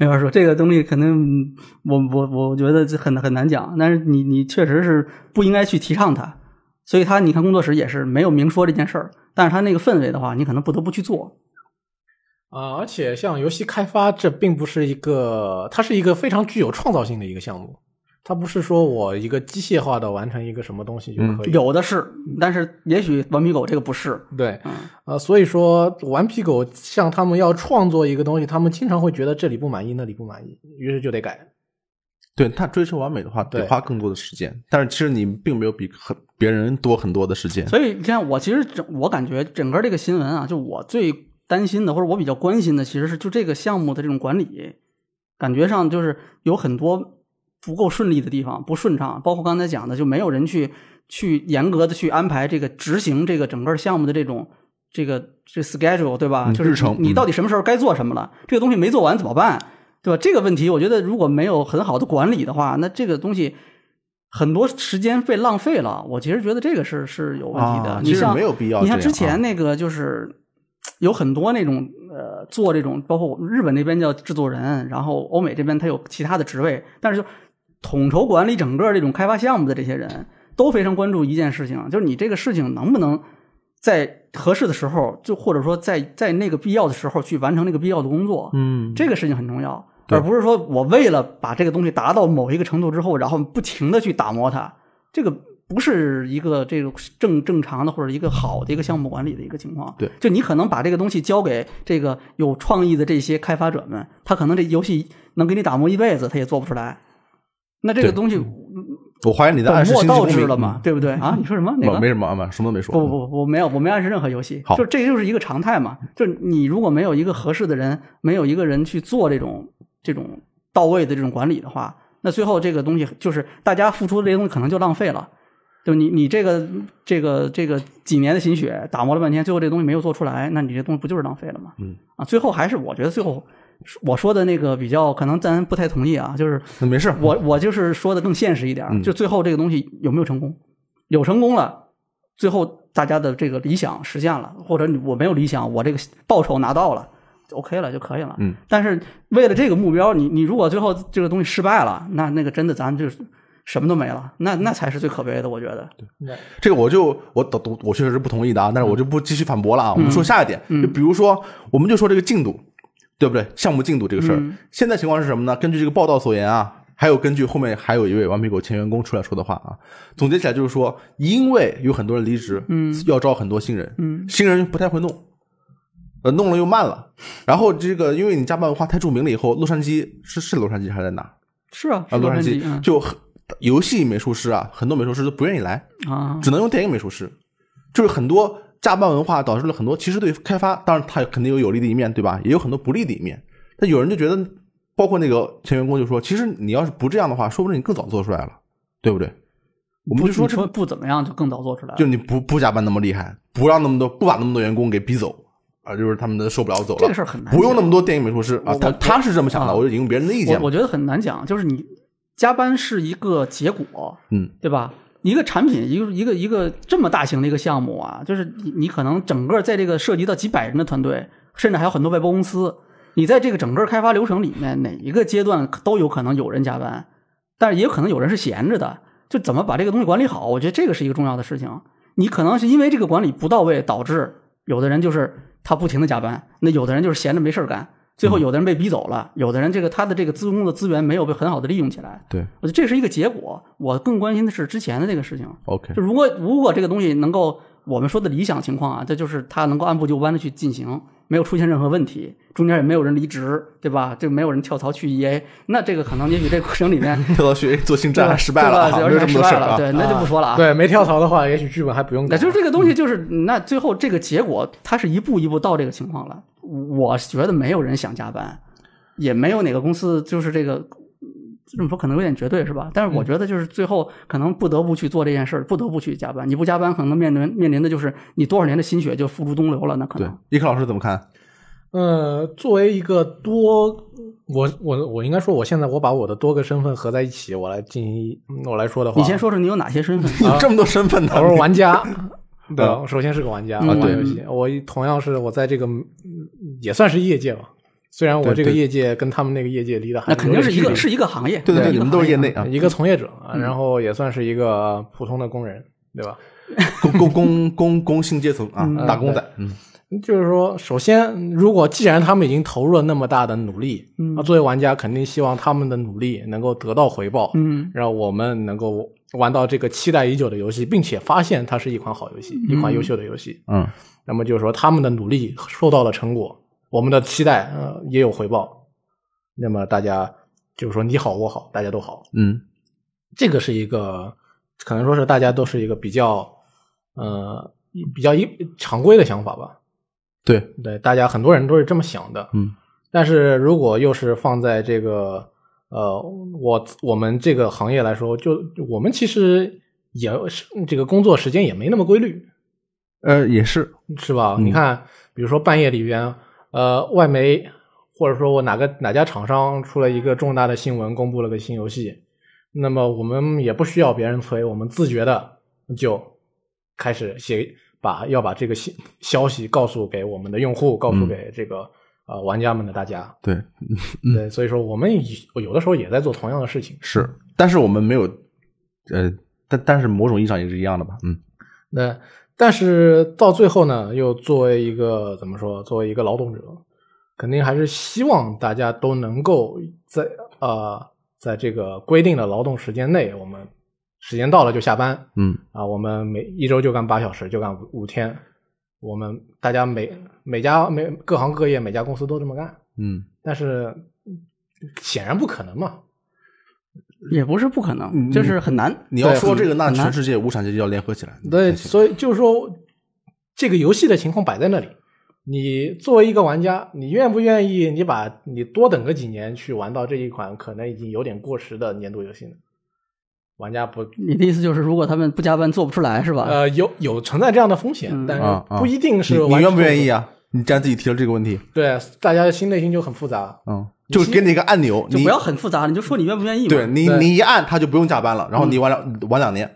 C: 没法说，这个东西肯定我我我觉得这很很难讲。但是你你确实是不应该去提倡它，所以他你看工作室也是没有明说这件事儿，但是他那个氛围的话，你可能不得不去做。
A: 啊、而且像游戏开发，这并不是一个，它是一个非常具有创造性的一个项目。它不是说我一个机械化的完成一个什么东西就可以，
C: 嗯有的是，但是也许顽皮狗这个不是，
A: 对，
C: 嗯
A: 呃，所以说顽皮狗像他们要创作一个东西，他们经常会觉得这里不满意，那里不满意，于是就得改。
B: 对他追求完美的话，得
A: 对
B: 花更多的时间，但是其实你并没有比很别人多很多的时间。
C: 所以你看，我其实整我感觉整个这个新闻啊，就我最担心的或者我比较关心的，其实是就这个项目的这种管理，感觉上就是有很多不够顺利的地方，不顺畅，包括刚才讲的，就没有人去去严格的去安排这个执行这个整个项目的这种这个这 schedule 对吧？
B: 嗯
C: 就是
B: 日程
C: 你
B: 嗯
C: 你到底什么时候该做什么了？这个东西没做完怎么办？对吧？这个问题，我觉得如果没有很好的管理的话，那这个东西很多时间被浪费了。我其实觉得这个是是有问题的。
B: 啊
C: 你
B: 其实
C: 像
B: 没有必要
C: 你像
B: 这样
C: 之
B: 啊
C: 前那个就是有很多那种呃做这种，包括我们日本那边叫制作人，然后欧美这边他有其他的职位，但是就统筹管理整个这种开发项目的这些人都非常关注一件事情，就是你这个事情能不能在合适的时候，就或者说在在那个必要的时候去完成那个必要的工作，
A: 嗯，
C: 这个事情很重要，
B: 对
C: 而不是说我为了把这个东西达到某一个程度之后，然后不停的去打磨它，这个不是一个这个正正常的或者一个好的一个项目管理的一个情况。
B: 对，
C: 就你可能把这个东西交给这个有创意的这些开发者们，他可能这游戏能给你打磨一辈子，他也做不出来。那这个
B: 对嗯
C: 东西
B: 我怀疑你在
C: 本
B: 暗示
C: 末
B: 信息
C: 倒
B: 公嗯
C: 置
B: 平
C: 了嘛，？对不对啊？你说什么？
B: 嗯
C: 哪个？
B: 没什么啊，没什么都没说。
C: 不不不，我没有，我没暗示任何游戏
B: 好，
C: 就这就是一个常态嘛。就是你如果没有一个合适的人，没有一个人去做这种这种到位的这种管理的话，那最后这个东西就是大家付出的这些东西可能就浪费了。就你你这个这个这个几年的心血打磨了半天，最后这东西没有做出来，那你这东西不就是浪费了吗？
B: 嗯
C: 啊，最后还是我觉得最后我说的那个比较可能咱不太同意啊，就是
B: 那嗯没事儿，
C: 我我就是说的更现实一点儿，
B: 嗯
C: 就最后这个东西有没有成功？有成功了，最后大家的这个理想实现了，或者你我没有理想，我这个报酬拿到了就，OK 了就可以了。
B: 嗯，
C: 但是为了这个目标，你你如果最后这个东西失败了，那那个真的咱就是什么都没了，那那才是最可悲的，我觉得。
B: 这个我就我懂懂，我确实是不同意的啊，但是我就不继续反驳了啊。我们说下一点，
C: 嗯
B: 就比如说，我们就说这个进度，对不对？项目进度这个事儿，
C: 嗯
B: 现在情况是什么呢？根据这个报道所言啊，还有根据后面还有一位顽皮狗前员工出来说的话啊，总结起来就是说，因为有很多人离职，
C: 嗯，
B: 要招很多新人，
C: 嗯，
B: 新人不太会弄。呃，弄了又慢了，然后这个因为你加班文化太著名了，以后洛杉矶是是洛杉矶还是在哪儿
C: 是啊，
B: 啊？
C: 是
B: 洛杉
C: 矶
B: 矶就很游戏美术师啊，很多美术师都不愿意来，
C: 嗯啊，
B: 只能用电影美术师，就是很多加班文化导致了很多，其实对开发，当然它肯定有有利的一面，对吧？也有很多不利的一面。但有人就觉得，包括那个前员工就说，其实你要是不这样的话，说不定你更早做出来了，对不对？我们
C: 不
B: 就说
C: 你
B: 这，
C: 说不怎么样就更早做出来
B: 就
C: 了。
B: 你不不加班那么厉害，不让那么多不把那么多员工给逼走啊，就是他们的受不了走了。
C: 这个事儿很难
B: 不用
C: 讲
B: 那么多电影美术师啊，
C: 我
B: 他
C: 我
B: 他是这么想的，
C: 啊
B: 我就引用别人的意见
C: 我
B: 嘛。
C: 我觉得很难讲，就是你加班是一个结果，
B: 嗯，
C: 对吧？一个产品，一个一个一个这么大型的一个项目啊，就是你你可能整个在这个涉及到几百人的团队，甚至还有很多外包公司，你在这个整个开发流程里面，哪一个阶段都有可能有人加班，但是也有可能有人是闲着的，就怎么把这个东西管理好，我觉得这个是一个重要的事情。你可能是因为这个管理不到位，导致有的人就是他不停的加班，那有的人就是闲着没事儿干，最后有的人被逼走了，有的人这个他的这个自工的资源没有被很好的利用起来，
B: 对
C: 我觉得这是一个结果。我更关心的是之前的那个事情。
B: ，OK，
C: 就如果如果这个东西能够我们说的理想情况啊，这就是它能够按部就班的去进行，没有出现任何问题，中间也没有人离职，对吧？就没有人跳槽去 EA，那这个可能也许这个过程 里面
B: 跳到学做星
C: 对吧
B: 战失败了
C: 对
B: 啊，
C: 吧
B: 没有这么
C: 失
B: 多
C: 败
B: 事儿
C: 了，
B: 啊。
C: 对，那就不说了啊。
A: 对，没跳槽的话，也许剧本还不用改。啊
C: 那就是这个东西，就是那最后这个结果，它是一步一步到这个情况了。我觉得没有人想加班，也没有哪个公司就是这个这么说可能有点绝对是吧？但
B: 嗯
C: 是我觉得就是最后可能不得不去做这件事儿，不得不去加班。你不加班，可能面临面临的就是你多少年的心血就付诸东流了，那可
B: 对
C: 能。，
B: 一克老师怎么
C: 啊
B: 看？
A: 呃，作为一个多，我我我应该说，我现在我把我的多个身份合在一起，我来进行一嗯我来说的话，
C: 你先说说你有哪些身份？
B: 有这么多身份呢？
A: 我是玩家，对
B: 嗯，
A: 我首先是个玩家，
C: 嗯
A: 我玩
B: 对
A: 游戏，我同样是我在这个嗯也算是业界吧，虽然我
B: 对
A: 这个
B: 对
A: 业界跟他们那个业界离得还
C: 那肯定是一
A: 有点
C: 个
A: 距离
C: 是一个行业，
B: 对对对，
C: 一
B: 你
C: 个
B: 们都是业内
C: 行
B: 啊，
A: 一个从业者，然后也算是一个普通的工人，对吧？
B: 工工工工工薪阶层啊，打工仔，嗯，
A: 就是说，首先，如果既然他们已经投入了那么大的努力，啊
C: 嗯
A: 那作为玩家肯定希望他们的努力能够得到回报，
C: 嗯
A: 让我们能够玩到这个期待已久的游戏，并且发现它是一款好游戏，一款优秀的游戏。
B: 嗯，
A: 那么就是说，他们的努力受到了成果，我们的期待呃也有回报。那么大家就是说你好我好大家都好，
B: 嗯，
A: 这个是一个可能说是大家都是一个比较呃一比较一常规的想法吧。
B: 对，
A: 对，大家很多人都是这么想的。
B: 嗯，
A: 但是如果又是放在这个呃，我我们这个行业来说，就我们其实也是这个工作时间也没那么规律，
B: 呃，也是，
A: 是吧？
B: 嗯
A: 你看，比如说半夜里边，呃，外媒或者说我哪个哪家厂商出了一个重大的新闻，公布了个新游戏，那么我们也不需要别人催，我们自觉的就开始写把要把这个信消息告诉给我们的用户，告诉
B: 嗯
A: 给这个、呃玩家们的大家。
B: 对，嗯
A: 对，所以说我们以有的时候也在做同样的事情。
B: 是，但是我们没有，呃，但但是某种意义上也是一样的吧，嗯，
A: 那但是到最后呢，又作为一个怎么说，作为一个劳动者，肯定还是希望大家都能够在呃，在这个规定的劳动时间内，我们时间到了就下班，
B: 嗯
A: 啊，我们每一周就干八小时，就干五五天，我们大家每每家每各行各业每家公司都这么干，
B: 嗯，
A: 但是嗯显然不可能嘛。
C: 也不是不可能，就是很难。
B: 嗯你要
A: 对
B: 说这个，那
C: 很难
B: 全世界无产阶级要联合起来，
A: 对，
B: 才行
A: 所以就是说，这个游戏的情况摆在那里，你作为一个玩家，你愿不愿意你把你多等个几年去玩到这一款可能已经有点过时的年度游戏呢？玩家不
C: 你的意思就是，如果他们不加班做不出来是吧？
A: 呃有有存在这样的风险，
C: 嗯
A: 但
B: 啊
A: 是
B: 啊
A: 不一定是
B: 你你
A: 完
B: 愿不
A: 全
B: 愿意啊？你既然自己提了这个问题，
A: 对，大家的心内心就很复杂。
B: 嗯，就给你一个按钮，
C: 就
B: 你
C: 不要很复杂，你就说你愿不愿意嘛。嗯
B: 对你
A: 对
B: 你一按他就不用加班了，然后你玩两玩两年，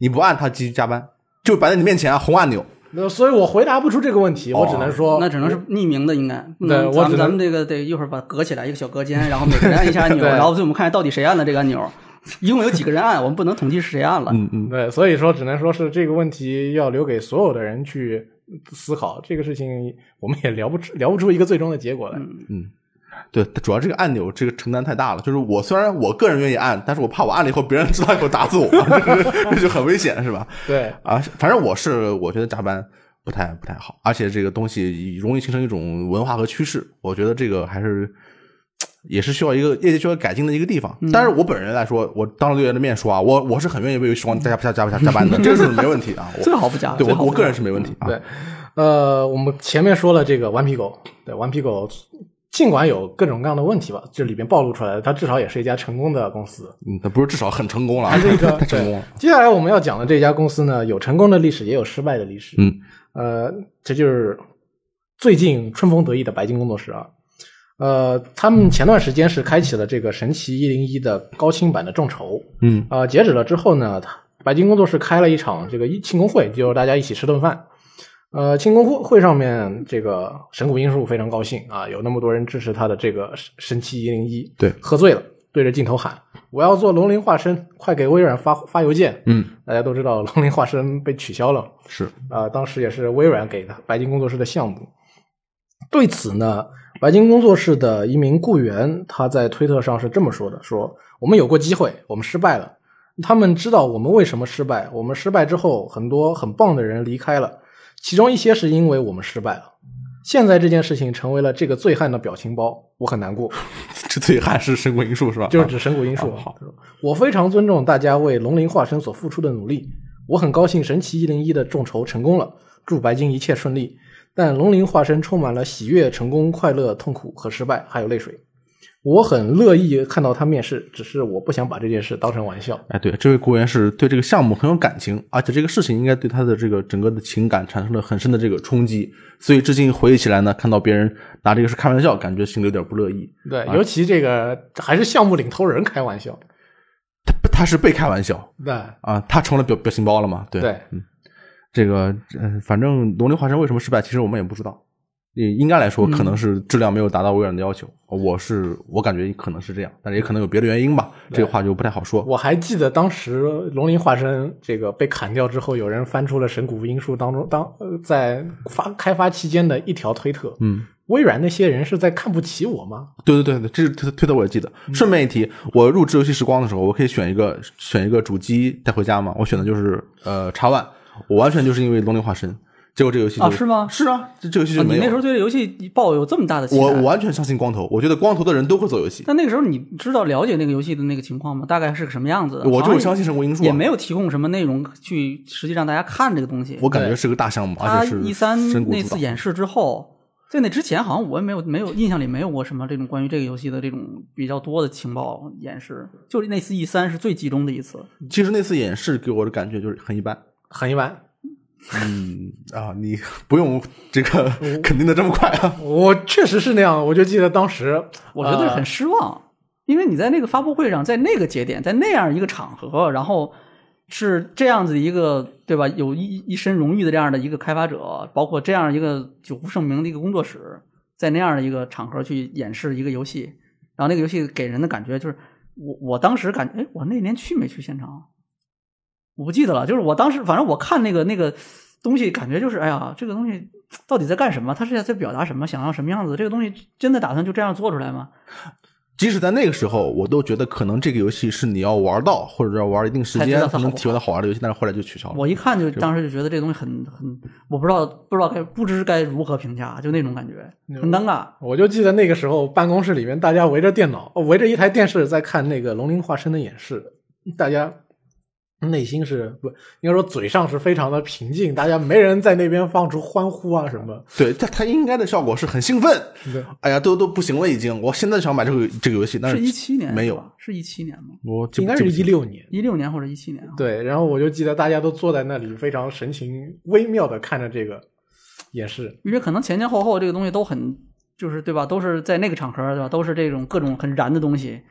B: 你不按他继续加班，就摆在你面前啊，红按钮，
A: 那所以我回答不出这个问题，
B: 哦
A: 我只能说，
C: 那只能是匿名的，应该不能。
A: 对我
C: 咱
A: 只能
C: 们咱们这个得一会儿把隔起来一个小隔间，然后每个人按一下 按钮，
A: 对
C: 然后最后我们看到底谁按了这个按钮，一共有几个人按，我们不能统计是谁按了。
B: 嗯嗯，
A: 对，所以说只能说是这个问题要留给所有的人去思考。这个事情我们也聊不出聊不出一个最终的结果
B: 嗯
A: 来。
B: 对，主要这个按钮这个承担太大了，就是我虽然我个人愿意按，但是我怕我按了以后别人知道以后打死我， 这就很危险是吧？
A: 对，
B: 啊，反正我是我觉得加班不太不太好，而且这个东西容易形成一种文化和趋势，我觉得这个还是也是需要一个业界需要改进的一个地方。但是我本人来说，我当着六爷的面说啊，我我是很愿意为希望大家不加加不加加班的，这个是没问题啊。
C: 最
B: 我
C: 好不加。
B: 对
C: 最
B: 我
C: 好不
B: 我
C: 加
B: 个人是没问题啊。
A: 对，呃，我们前面说了这个顽皮狗，对，顽皮狗尽管有各种各样的问题吧，这里边暴露出来的，它至少也是一家成功的公司。
B: 嗯，那不是至少很成功了啊，
A: 还是一个
B: 太成功了。
A: 对接下来我们要讲的这家公司呢，有成功的历史，也有失败的历史。
B: 嗯，
A: 呃，这就是最近春风得意的白金工作室啊。呃，他们前段时间是开启了这个神奇一零一的高清版的众筹，
B: 嗯
A: 呃，截止了之后呢，他白金工作室开了一场这个一庆功会，就是大家一起吃顿饭。呃，庆功会会上面，这个神谷英树非常高兴啊，有那么多人支持他的这个神神奇一零一，
B: 对
A: 喝醉了，对着镜头喊：“我要做龙鳞化身，快给微软发发邮件。”
B: 嗯，
A: 大家都知道龙鳞化身被取消了，
B: 是
A: 啊，当时也是微软给的白金工作室的项目。对此呢，白金工作室的一名雇员他在推特上是这么说的：“说我们有过机会，我们失败了。他们知道我们为什么失败，我们失败之后，很多很棒的人离开了，其中一些是因为我们失败了。现在这件事情成为了这个醉汉的表情包，我很难过。”
B: 这最还是神鬼因素是吧？
A: 就是指神谷英树。
B: 啊好
A: 我非常尊重大家为龙鳞化身所付出的努力，我很高兴神奇一零一的众筹成功了，祝白金一切顺利。但龙鳞化身充满了喜悦、成功、快乐、痛苦和失败，还有泪水。我很乐意看到他面试，只是我不想把这件事当成玩笑。
B: 哎，对，这位雇员是对这个项目很有感情，而且这个事情应该对他的这个整个的情感产生了很深的这个冲击，所以至今回忆起来呢，看到别人拿这个是开玩笑，感觉心里有点不乐意。
A: 对，尤其这个还是项目领头人开玩笑。
B: 他他是被开玩笑
A: 对，
B: 啊，他成了表表情包了嘛？对，
A: 对，
B: 这个呃，反正龙鳞化身为什么失败，其实我们也不知道。也应该来说，可能是质量没有达到微软的要求。我是我感觉可能是这样，但是也可能有别的原因吧，这个话就不太好说。
A: 我还记得当时龙鳞化身这个被砍掉之后，有人翻出了神谷英树当中当呃在发开发期间的一条推特，
B: 嗯，
A: 微软那些人是在看不起我吗？
B: 对对对对，这是推推特我也记得。顺便一提，我入职游戏时光的时候，我可以选一个选一个主机带回家嘛？我选的就是呃叉 One，我完全就是因为龙鳞化身，结果这游戏就
C: 啊是吗
B: 是啊，这这游戏
C: 啊
B: 就
C: 你
B: 没有。
C: 那时候对这游戏抱有这么大的期待？
B: 我我完全相信光头，我觉得光头的人都会做游戏，
C: 但那个时候你知道了解那个游戏的那个情况吗？大概是个什么样子的？
B: 我
C: 好像
B: 就相信神谷英树啊
C: 也没有提供什么内容去实际让大家看这个东西。
B: 我感觉是个大项目，
C: 他
B: 而且是
C: 一三
B: 神谷
C: 那
B: 主
C: 次
B: 导。
C: 演示之后，在那之前好像我也没有没有印象里没有过什么这种关于这个游戏的这种比较多的情报演示，就是那次一三是最集中的一次。
B: 其实那次演示给我的感觉就是很一 般。
A: 很一般。
B: 嗯啊，你 不用这个肯定的这么快啊。
A: 我确实是那样，我就记得当时，
C: 我觉得
A: 呃
C: 很失望，因为你在那个发布会上，在那个节点，在那样一个场合，然后是这样子一个对吧，有一一身荣誉的这样的一个开发者，包括这样一个久负盛名的一个工作室，在那样的一个场合去演示一个游戏，然后那个游戏给人的感觉就是，我我当时感觉，哎，我那年去没去现场？我不记得了，就是我当时，反正我看那个那个东西感觉就是，哎呀，这个东西到底在干什么？他是在表达什么？想要什么样子？这个东西真的打算就这样做出来吗？
B: 即使在那个时候，我都觉得可能这个游戏是你要玩到，或者要玩一定时
C: 才知
B: 间
C: 道它
B: 才
C: 好
B: 能
C: 不
B: 体会到好玩的游戏，但是后来就取消了。
C: 我一看就当时就觉得这东西很很，我不知道不知道该不知该如何评价，就那种感觉，很尴尬。
A: 我就记得那个时候办公室里面，大家围着电脑，哦围着一台电视在看那个《龙鳞化身》的演示，大家内心是不应该说嘴上是非常的平静，大家没人在那边放出欢呼啊什么。
B: 对，它它应该的效果是很兴奋，
A: 对，
B: 哎呀，都都不行了，已经。我现在想买这个这个游戏，但
C: 是一七年
B: 没有
C: 是吧，是一七年吗？
B: 我记
A: 应
B: 不
A: 该
B: 记
A: 是
B: 不清
A: 一六年。
C: 一六年或者一七年啊？
A: 对，然后我就记得大家都坐在那里，非常神情微妙的看着这个演示。
C: 因为可能前前后后这个东西都很，就是对吧？都是在那个场合对吧？都是这种各种很燃的东西，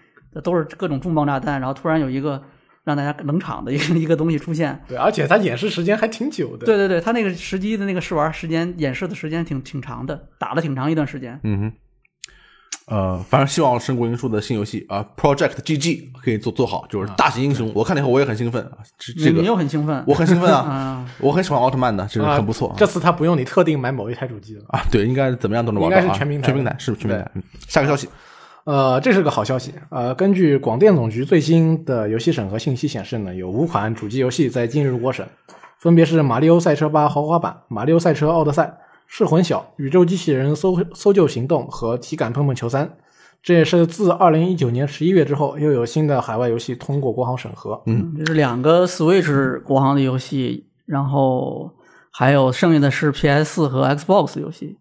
C: 都是各种重磅炸弹，然后突然有一个让大家冷场的一个 一个东西出现。
A: 对，而且它演示时间还挺久的。
C: 对对对，他那个时机的那个试玩时间演示的时间挺挺长的，打了挺长一段时间。
B: 嗯哼，呃，反正希望深谷英树的新游戏啊，Project GG 可以做做好，就是大型英雄。我看了以后我也很兴奋啊，这这
C: 啊你你又
B: 个
C: 很兴奋，
B: 我很兴奋啊，
C: 啊，
B: 我很喜欢奥特曼的，这是
A: 啊
B: 很不错啊
A: 这次它不用你特定买某一台主机了。
B: 啊。对，应该怎么样都能玩到
A: 应该
B: 啊，
A: 是全平台
B: 全平台是全平台。嗯下个消息，
A: 呃，这是个好消息。呃，根据广电总局最新的游戏审核信息显示呢，有五款主机游戏在近日过审，分别是《马里奥赛车八豪华版》《马里奥赛车奥德赛》《噬魂小》《宇宙机器人搜搜救行动》和《体感碰碰球三》。这也是自2019年11月之后，又有新的海外游戏通过国行审核。
C: 这是两个 Switch 国行的游戏，然后还有剩下的是 PS 四和 Xbox 游戏。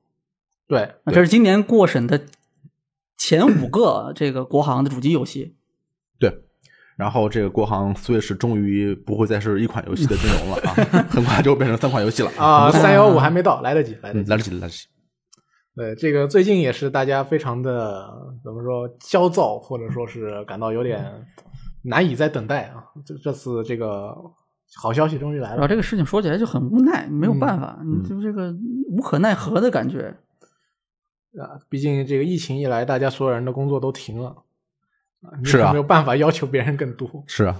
A: 对，
C: 那这是今年过审的前五个这个国行的主机游戏。
B: 对。然后这个国行 Switch 终于不会再是一款游戏的阵容了啊， 很快就变成三款游戏了
A: 啊、
B: 很不错
A: 三幺五还没到，来得及，来得
B: 嗯
A: 及。
B: 来得及，来得及。
A: 对，这个最近也是大家非常的怎么说焦躁，或者说是感到有
B: 嗯
A: 点难以再等待啊。这这次这个好消息终于来
C: 然后
B: 啊
A: 了。
C: 这个事情说起来就很无奈，没有办法，你就这个无可奈何的感觉。
A: 啊毕竟这个疫情一来，大家所有人的工作都停了，啊你
B: 是啊
A: 没有办法要求别人更多。
B: 是啊，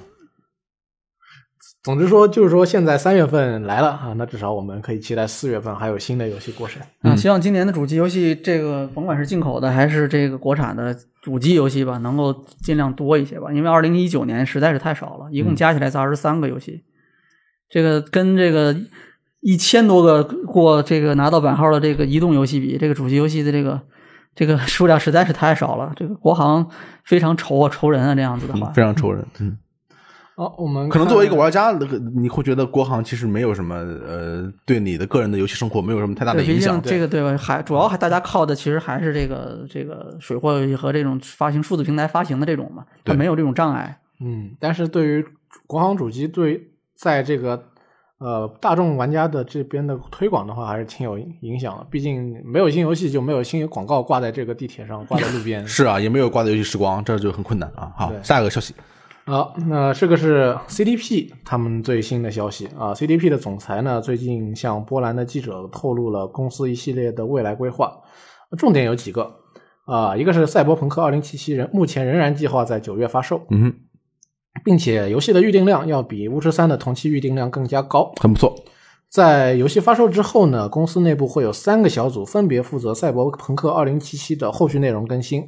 A: 总之说，就是说现在三月份来了啊，那至少我们可以期待四月份还有新的游戏过审。
B: 嗯
C: 啊，希望今年的主机游戏，这个甭管是进口的还是这个国产的主机游戏吧，能够尽量多一些吧，因为二零一九年实在是太少
B: 嗯
C: 了，一共加起来才二十三个游戏，这个跟这个一千多个过这个拿到版号的这个移动游戏比，这个主机游戏的这个这个数量实在是太少了，这个国行非常愁啊愁人啊，这样子的话
B: 嗯，非常愁人。嗯。
A: 好，我们
B: 可能作为一个
A: 看
B: 玩家，那个你会觉得国行其实没有什么呃，对你的个人的游戏生活没有什么太大的
C: 对，毕
B: 影
C: 竟
B: 响。嗯
C: 这个对吧？还主要还大家靠的其实还是这个这个水货游戏和这种发行数字平台发行的这种嘛，它
B: 对。
C: 没有这种障碍。
A: 嗯，但是对于国行主机对在这个呃大众玩家的这边的推广的话，还是挺有影响的。毕竟没有新游戏，就没有新广告挂在这个地铁上，挂在路边
B: 是啊，也没有挂的游戏时光，这就很困难啊。好，
A: 对
B: 下一个消息，
A: 好，那这个是 CDP 他们最新的消息啊。CDP 的总裁呢，最近向波兰的记者透露了公司一系列的未来规划，重点有几个啊，一个是《赛博朋克2077》人目前仍然计划在九月发售，
B: 嗯哼，
A: 并且游戏的预定量要比《巫师三》的同期预定量更加高。
B: 很不错。
A: 在游戏发售之后呢，公司内部会有三个小组分别负责《赛博朋克2077》的后续内容更新，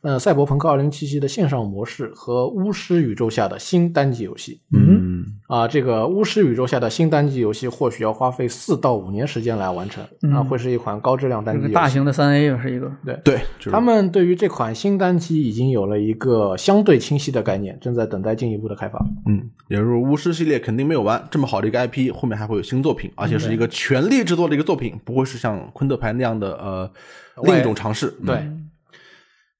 A: 呃，《赛博朋克2077》的线上模式和《巫师宇宙》下的新单机游戏。
B: 嗯，
A: 啊，这个《巫师宇宙》下的新单机游戏或许要花费四到五年时间来完成，
C: 嗯
A: 啊，会是一款高质量单
C: 这
A: 机游戏。
C: 个大型的三 A 是一个，
B: 对，就是
A: 他们对于这款新单机已经有了一个相对清晰的概念，正在等待进一步的开发。
B: 嗯，也就是巫师系列肯定没有完，这么好的一个 IP，后面还会有新作品，而且是一个全力制作的一个作品，不会是像昆特牌那样的呃
A: 外
B: 另一种尝试。嗯
A: 对，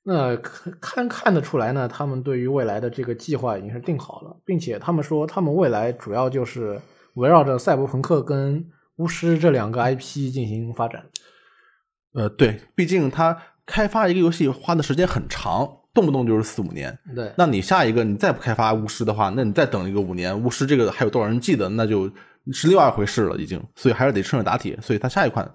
A: 那可看看得出来呢，他们对于未来的这个计划已经是定好了，并且他们说，他们未来主要就是围绕着赛博朋克跟巫师这两个 IP 进行发展。
B: 呃，对，毕竟他开发一个游戏花的时间很长，动不动就是四五年。
A: 对，
B: 那你下一个你再不开发巫师的话，那你再等一个五年，巫师这个还有多少人记得，那就是另外一回事了，已经。所以还是得趁热打铁。所以他下一款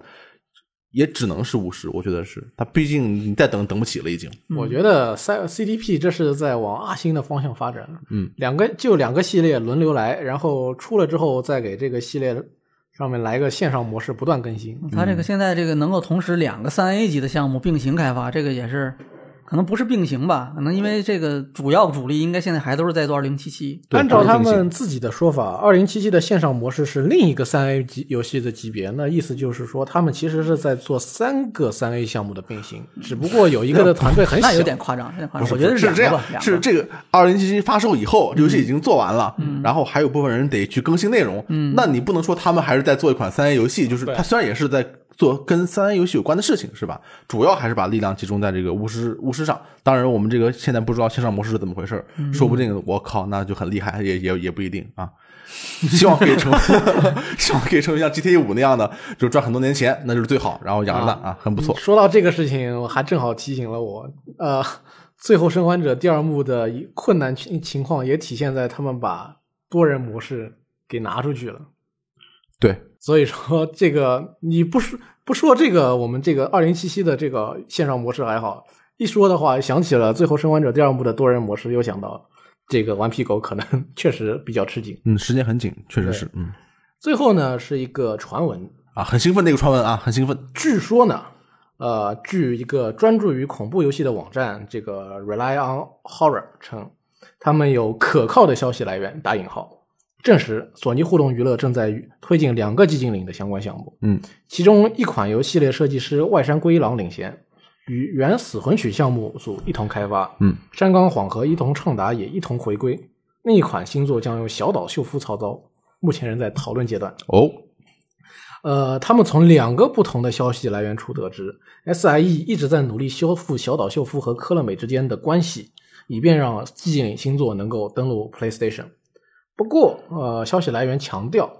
B: 也只能是巫师，我觉得是他，毕竟你再等等不起了，已经。
A: 我觉得赛 CDP 这是在往阿星的方向发展。
B: 嗯，
A: 两个就两个系列轮流来，然后出了之后再给这个系列上面来个线上模式不断更新。
C: 嗯它这
B: 嗯
C: 个现在这个能够同时两个三 A 级的项目并行开发，这个也是可能不是并行吧？可能因为这个主要主力应该现在还都是在做二零七七。
B: 对
A: 按照他
B: 不是
A: 们自己的说法，二零七七的线上模式是另一个三 A 级游戏的级别。那意思就是说，他们其实是在做三个三 A 项目的并行，只不过有一个的团队很小。
C: 那有点夸张，有点夸张。我觉得
B: 哎啊是这
C: 两个
B: 样
C: 吧，两，个
B: 是这个二零七七发售以后，游戏已经做完了，
C: 嗯
B: 然后还有部分人得去更新内容，那你不能说他们还是在做一款三 A 游戏，就是它虽然也是在做跟三 A 游戏有关的事情，是吧？主要还是把力量集中在这个巫师巫师上。当然，我们这个现在不知道线上模式是怎么回事，
C: 嗯
B: 说不定我靠，那就很厉害，也也也不一定啊。 希望可以成， 希望可以成为像 GTA 五那样的，就赚很多年钱，那就是最好，然后养着它啊，很不错。
A: 说到这个事情，我还正好提醒了我，呃， 《最后生还者》第二幕的一困难情情况也体现在他们把多人模式给拿出去了。
B: 对，
A: 所以说，这个你不说不说这个，我们这个二零七七的这个线上模式还好，一说的话，想起了《最后生还者》第二幕的多人模式，又想到这个顽皮狗可能 确实比较吃紧。
B: 嗯，时间很紧，确实
A: 对
B: 是，嗯。
A: 最后呢，是一个传闻，
B: 啊，很兴奋那个传闻啊，很兴奋。
A: 据说呢，呃，据一个专注于恐怖游戏的网站这个 Rely on Horror 称，他们有可靠的消息来源（打引号）证实，索尼互动娱乐正在推进两个寂静岭的相关项目。
B: 嗯，
A: 其中一款由系列设计师外山圭一郎领衔，与原死魂曲项目组一同开发。
B: 嗯，
A: 山冈晃和伊藤畅达也一同回归。另一款新作将由小岛秀夫操刀，目前仍在讨论阶段。
B: 哦，
A: 呃，他们从两个不同的消息来源处得知，SIE 一直在努力修复小岛秀夫和科乐美之间的关系，以便让《寂静岭》星座能够登陆 PlayStation。不过，呃，消息来源强调，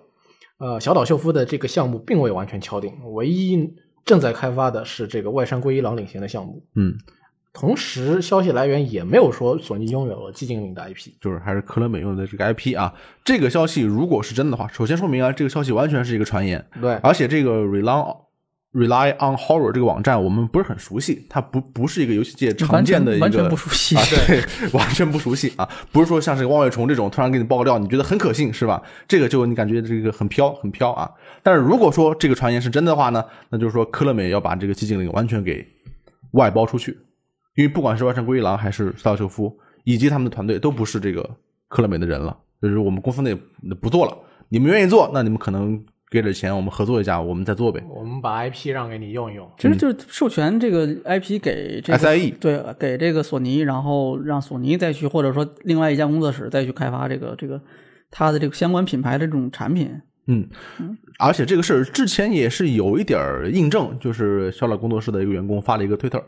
A: 呃，小岛秀夫的这个项目并未完全敲定，唯一正在开发的是这个外山圭一郎领衔的项目。
B: 嗯，
A: 同时，消息来源也没有说索尼拥有了《寂静岭》的 IP。
B: 就是还是科伦美用的这个 IP 啊。这个消息如果是真的话，首先说明啊，这个消息完全是一个传言，
A: 对，
B: 而且这个 rely on rely on horror 这个网站我们不是很熟悉，它不不是一个游戏界常见的一个
C: 完全完全不熟悉
B: 啊，对， 完全不熟悉啊，不是说像是望月虫这种突然给你爆个料，你觉得很可信是吧？这个就你感觉这个很飘很飘啊。但是如果说这个传言是真的话呢，那就是说科乐美要把这个寂静岭完全给外包出去，因为不管是外山圭一郎还是萨秀夫以及他们的团队都不是这个科乐美的人了，就是我们公司内不做了。你们愿意做，那你们可能给点钱，我们合作一下，我们再做呗。
A: 我们把 IP 让给你用一用。
C: 其实就是授权这个 IP 给这个
B: SIE
C: 对，给这个索尼，然后让索尼再去，或者说另外一家工作室再去开发这个这个它的这个相关品牌的这种产品。
B: 嗯，而且这个事儿之前也是有一点儿印证，就是小老工作室的一个员工发了一个推特，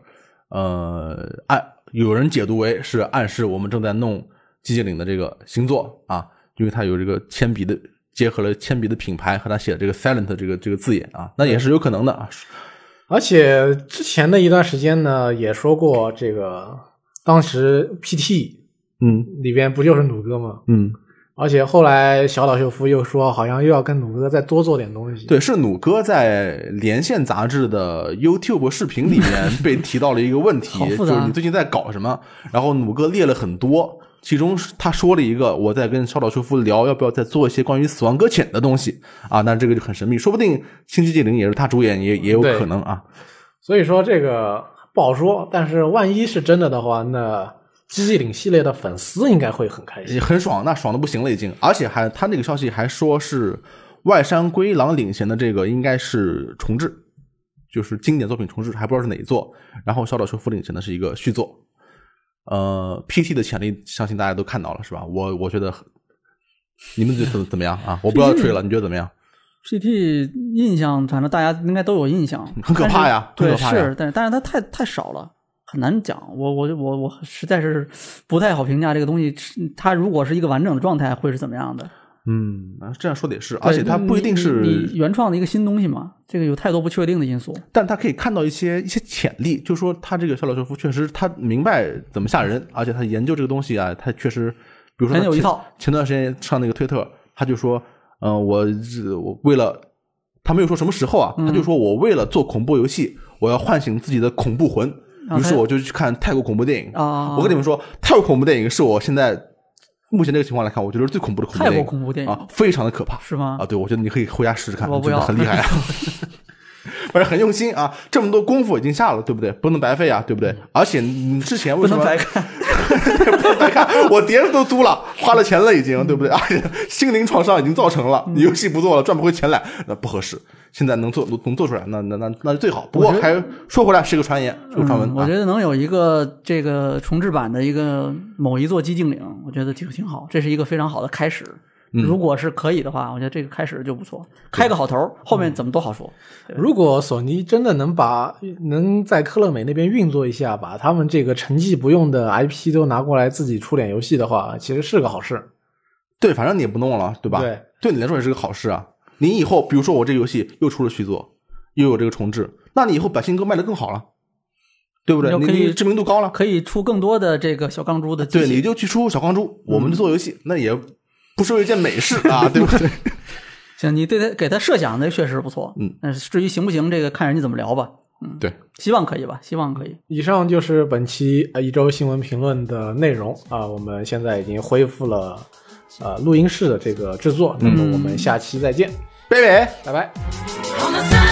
B: 呃，暗有人解读为是暗示我们正在弄寂静岭的这个星座啊，因为它有这个铅笔的结合了铅笔的品牌和他写的这个 silent 这个这个字眼啊，那也是有可能的啊。
A: 而且之前的一段时间呢，也说过这个，当时 PT
B: 嗯
A: 里边不就是弩哥吗？
B: 嗯，
A: 而且后来小岛秀夫又说，好像又要跟弩哥再多做点东西。，
B: 对，是弩哥在《连线》杂志的 YouTube 视频里 面被提到了一个问题，
C: 好
B: 就
C: 复杂
B: 是你最近在搞什么？然后弩哥列了很多，其中是他说了一个，我在跟烧岛秀夫聊要不要再做一些关于《死亡搁浅》的东西啊，那这个就很神秘，说不定《星际纪灵》也是他主演，也也有
A: 对
B: 可能啊。
A: 所以说这个不好说，但是万一是真的的话，那机器岭系列的粉丝应该会很开
B: 也
A: 心。
B: 很爽，那爽的不行了已经。而且还他那个消息还说是外山圭一郎领衔的这个应该是重置，就是经典作品重置，还不知道是哪一座。然后小岛秀夫领衔的是一个续作。呃，PT 的潜力相信大家都看到了是吧？我我觉得很你们觉得怎么样啊？我不要吹了，你觉得怎么样？
C: PT 印象，反正大家应该都有印象，
B: 嗯很可怕呀
C: 但是
B: 很可怕呀
C: 对，是，但是但是它太太少了，很难讲。我我我我实在是不太好评价这个东西，它如果是一个完整的状态会是怎么样的？
B: 嗯，啊这样说的也是，
C: 对
B: 而且它不一定
C: 你你
B: 是
C: 你原创的一个新东西嘛，这个有太多不确定的因素。
B: 但他可以看到一些一些潜力，就说他这个小老秀夫确实他明白怎么吓人，而且他研究这个东西啊，他确实，比如说他
C: 很有一
B: 前
C: 套。
B: 前段时间上那个推特，他就说，嗯、我这我为了他没有说什么时候啊，
C: 嗯
B: 他就说我为了做恐怖游戏，我要唤醒自己的恐怖魂，
C: 啊
B: 于是
C: 他
B: 我就去看泰国恐怖电影。
C: 啊
B: 我跟你们说，泰国恐怖电影是我现在目前这个情况来看，我觉得是最恐怖的恐怖
C: 泰
B: 电
C: 国
B: 影，
C: 恐怖电影
B: 啊，非常的可怕，
C: 是吗
B: 啊，？对，我觉得你可以回家试试看，
C: 我不
B: 觉得
C: 要
B: 很厉害啊。 反正很用心啊，这么多功夫已经下了，对不对？不能白费啊，对不对？而且你之前为
C: 嗯不
B: 什
C: 能
B: 么
C: 白看，
B: 白看，我碟子都租了，花了钱了，已经，对
C: 嗯
B: 不对？而且心灵创伤已经造成了，你游戏不做了，赚不回钱来，那不合适。现在能做能做出来，那那那那就最好。不过还说回来，是个传言，是个传闻
C: 嗯，我
B: 啊
C: 觉。得能有一个这个重置版的一个某一座寂静岭，我觉得挺挺好，这是一个非常好的开始。
B: 嗯
C: 如果是可以的话，我觉得这个开始就不错，开个好头儿，后
B: 嗯
C: 面怎么都好说。
A: 如果索尼真的能把能在科乐美那边运作一下，把他们这个沉寂不用的 IP 都拿过来自己出点游戏的话，其实是个好事。
B: 对，反正你也不弄了，对吧？
A: 对，
B: 对你来说也是个好事啊。你以后比如说我这个游戏又出了续作，又有这个重置，那你以后把新歌卖的更好了，对不对？
C: 你
B: 你
C: 就可以
B: 你知名度高了，
C: 可以出更多的这个小钢珠的机
B: 啊对，你
C: 器，
B: 就去出小钢珠，我
C: 嗯
B: 们就做游戏，那也不失为一件美事啊，对不 对？
C: 行，你对他给他设想的确实不错。
B: 嗯，
C: 但是至于行不行，这个看人家怎么聊吧。嗯，
B: 对，
C: 希望可以吧，希望可以。
A: 以上就是本期呃一周新闻评论的内容啊、我们现在已经恢复了呃录音室的这个制作，那么我们下期再见，
B: 贝贝。
A: 拜拜。
D: On the side.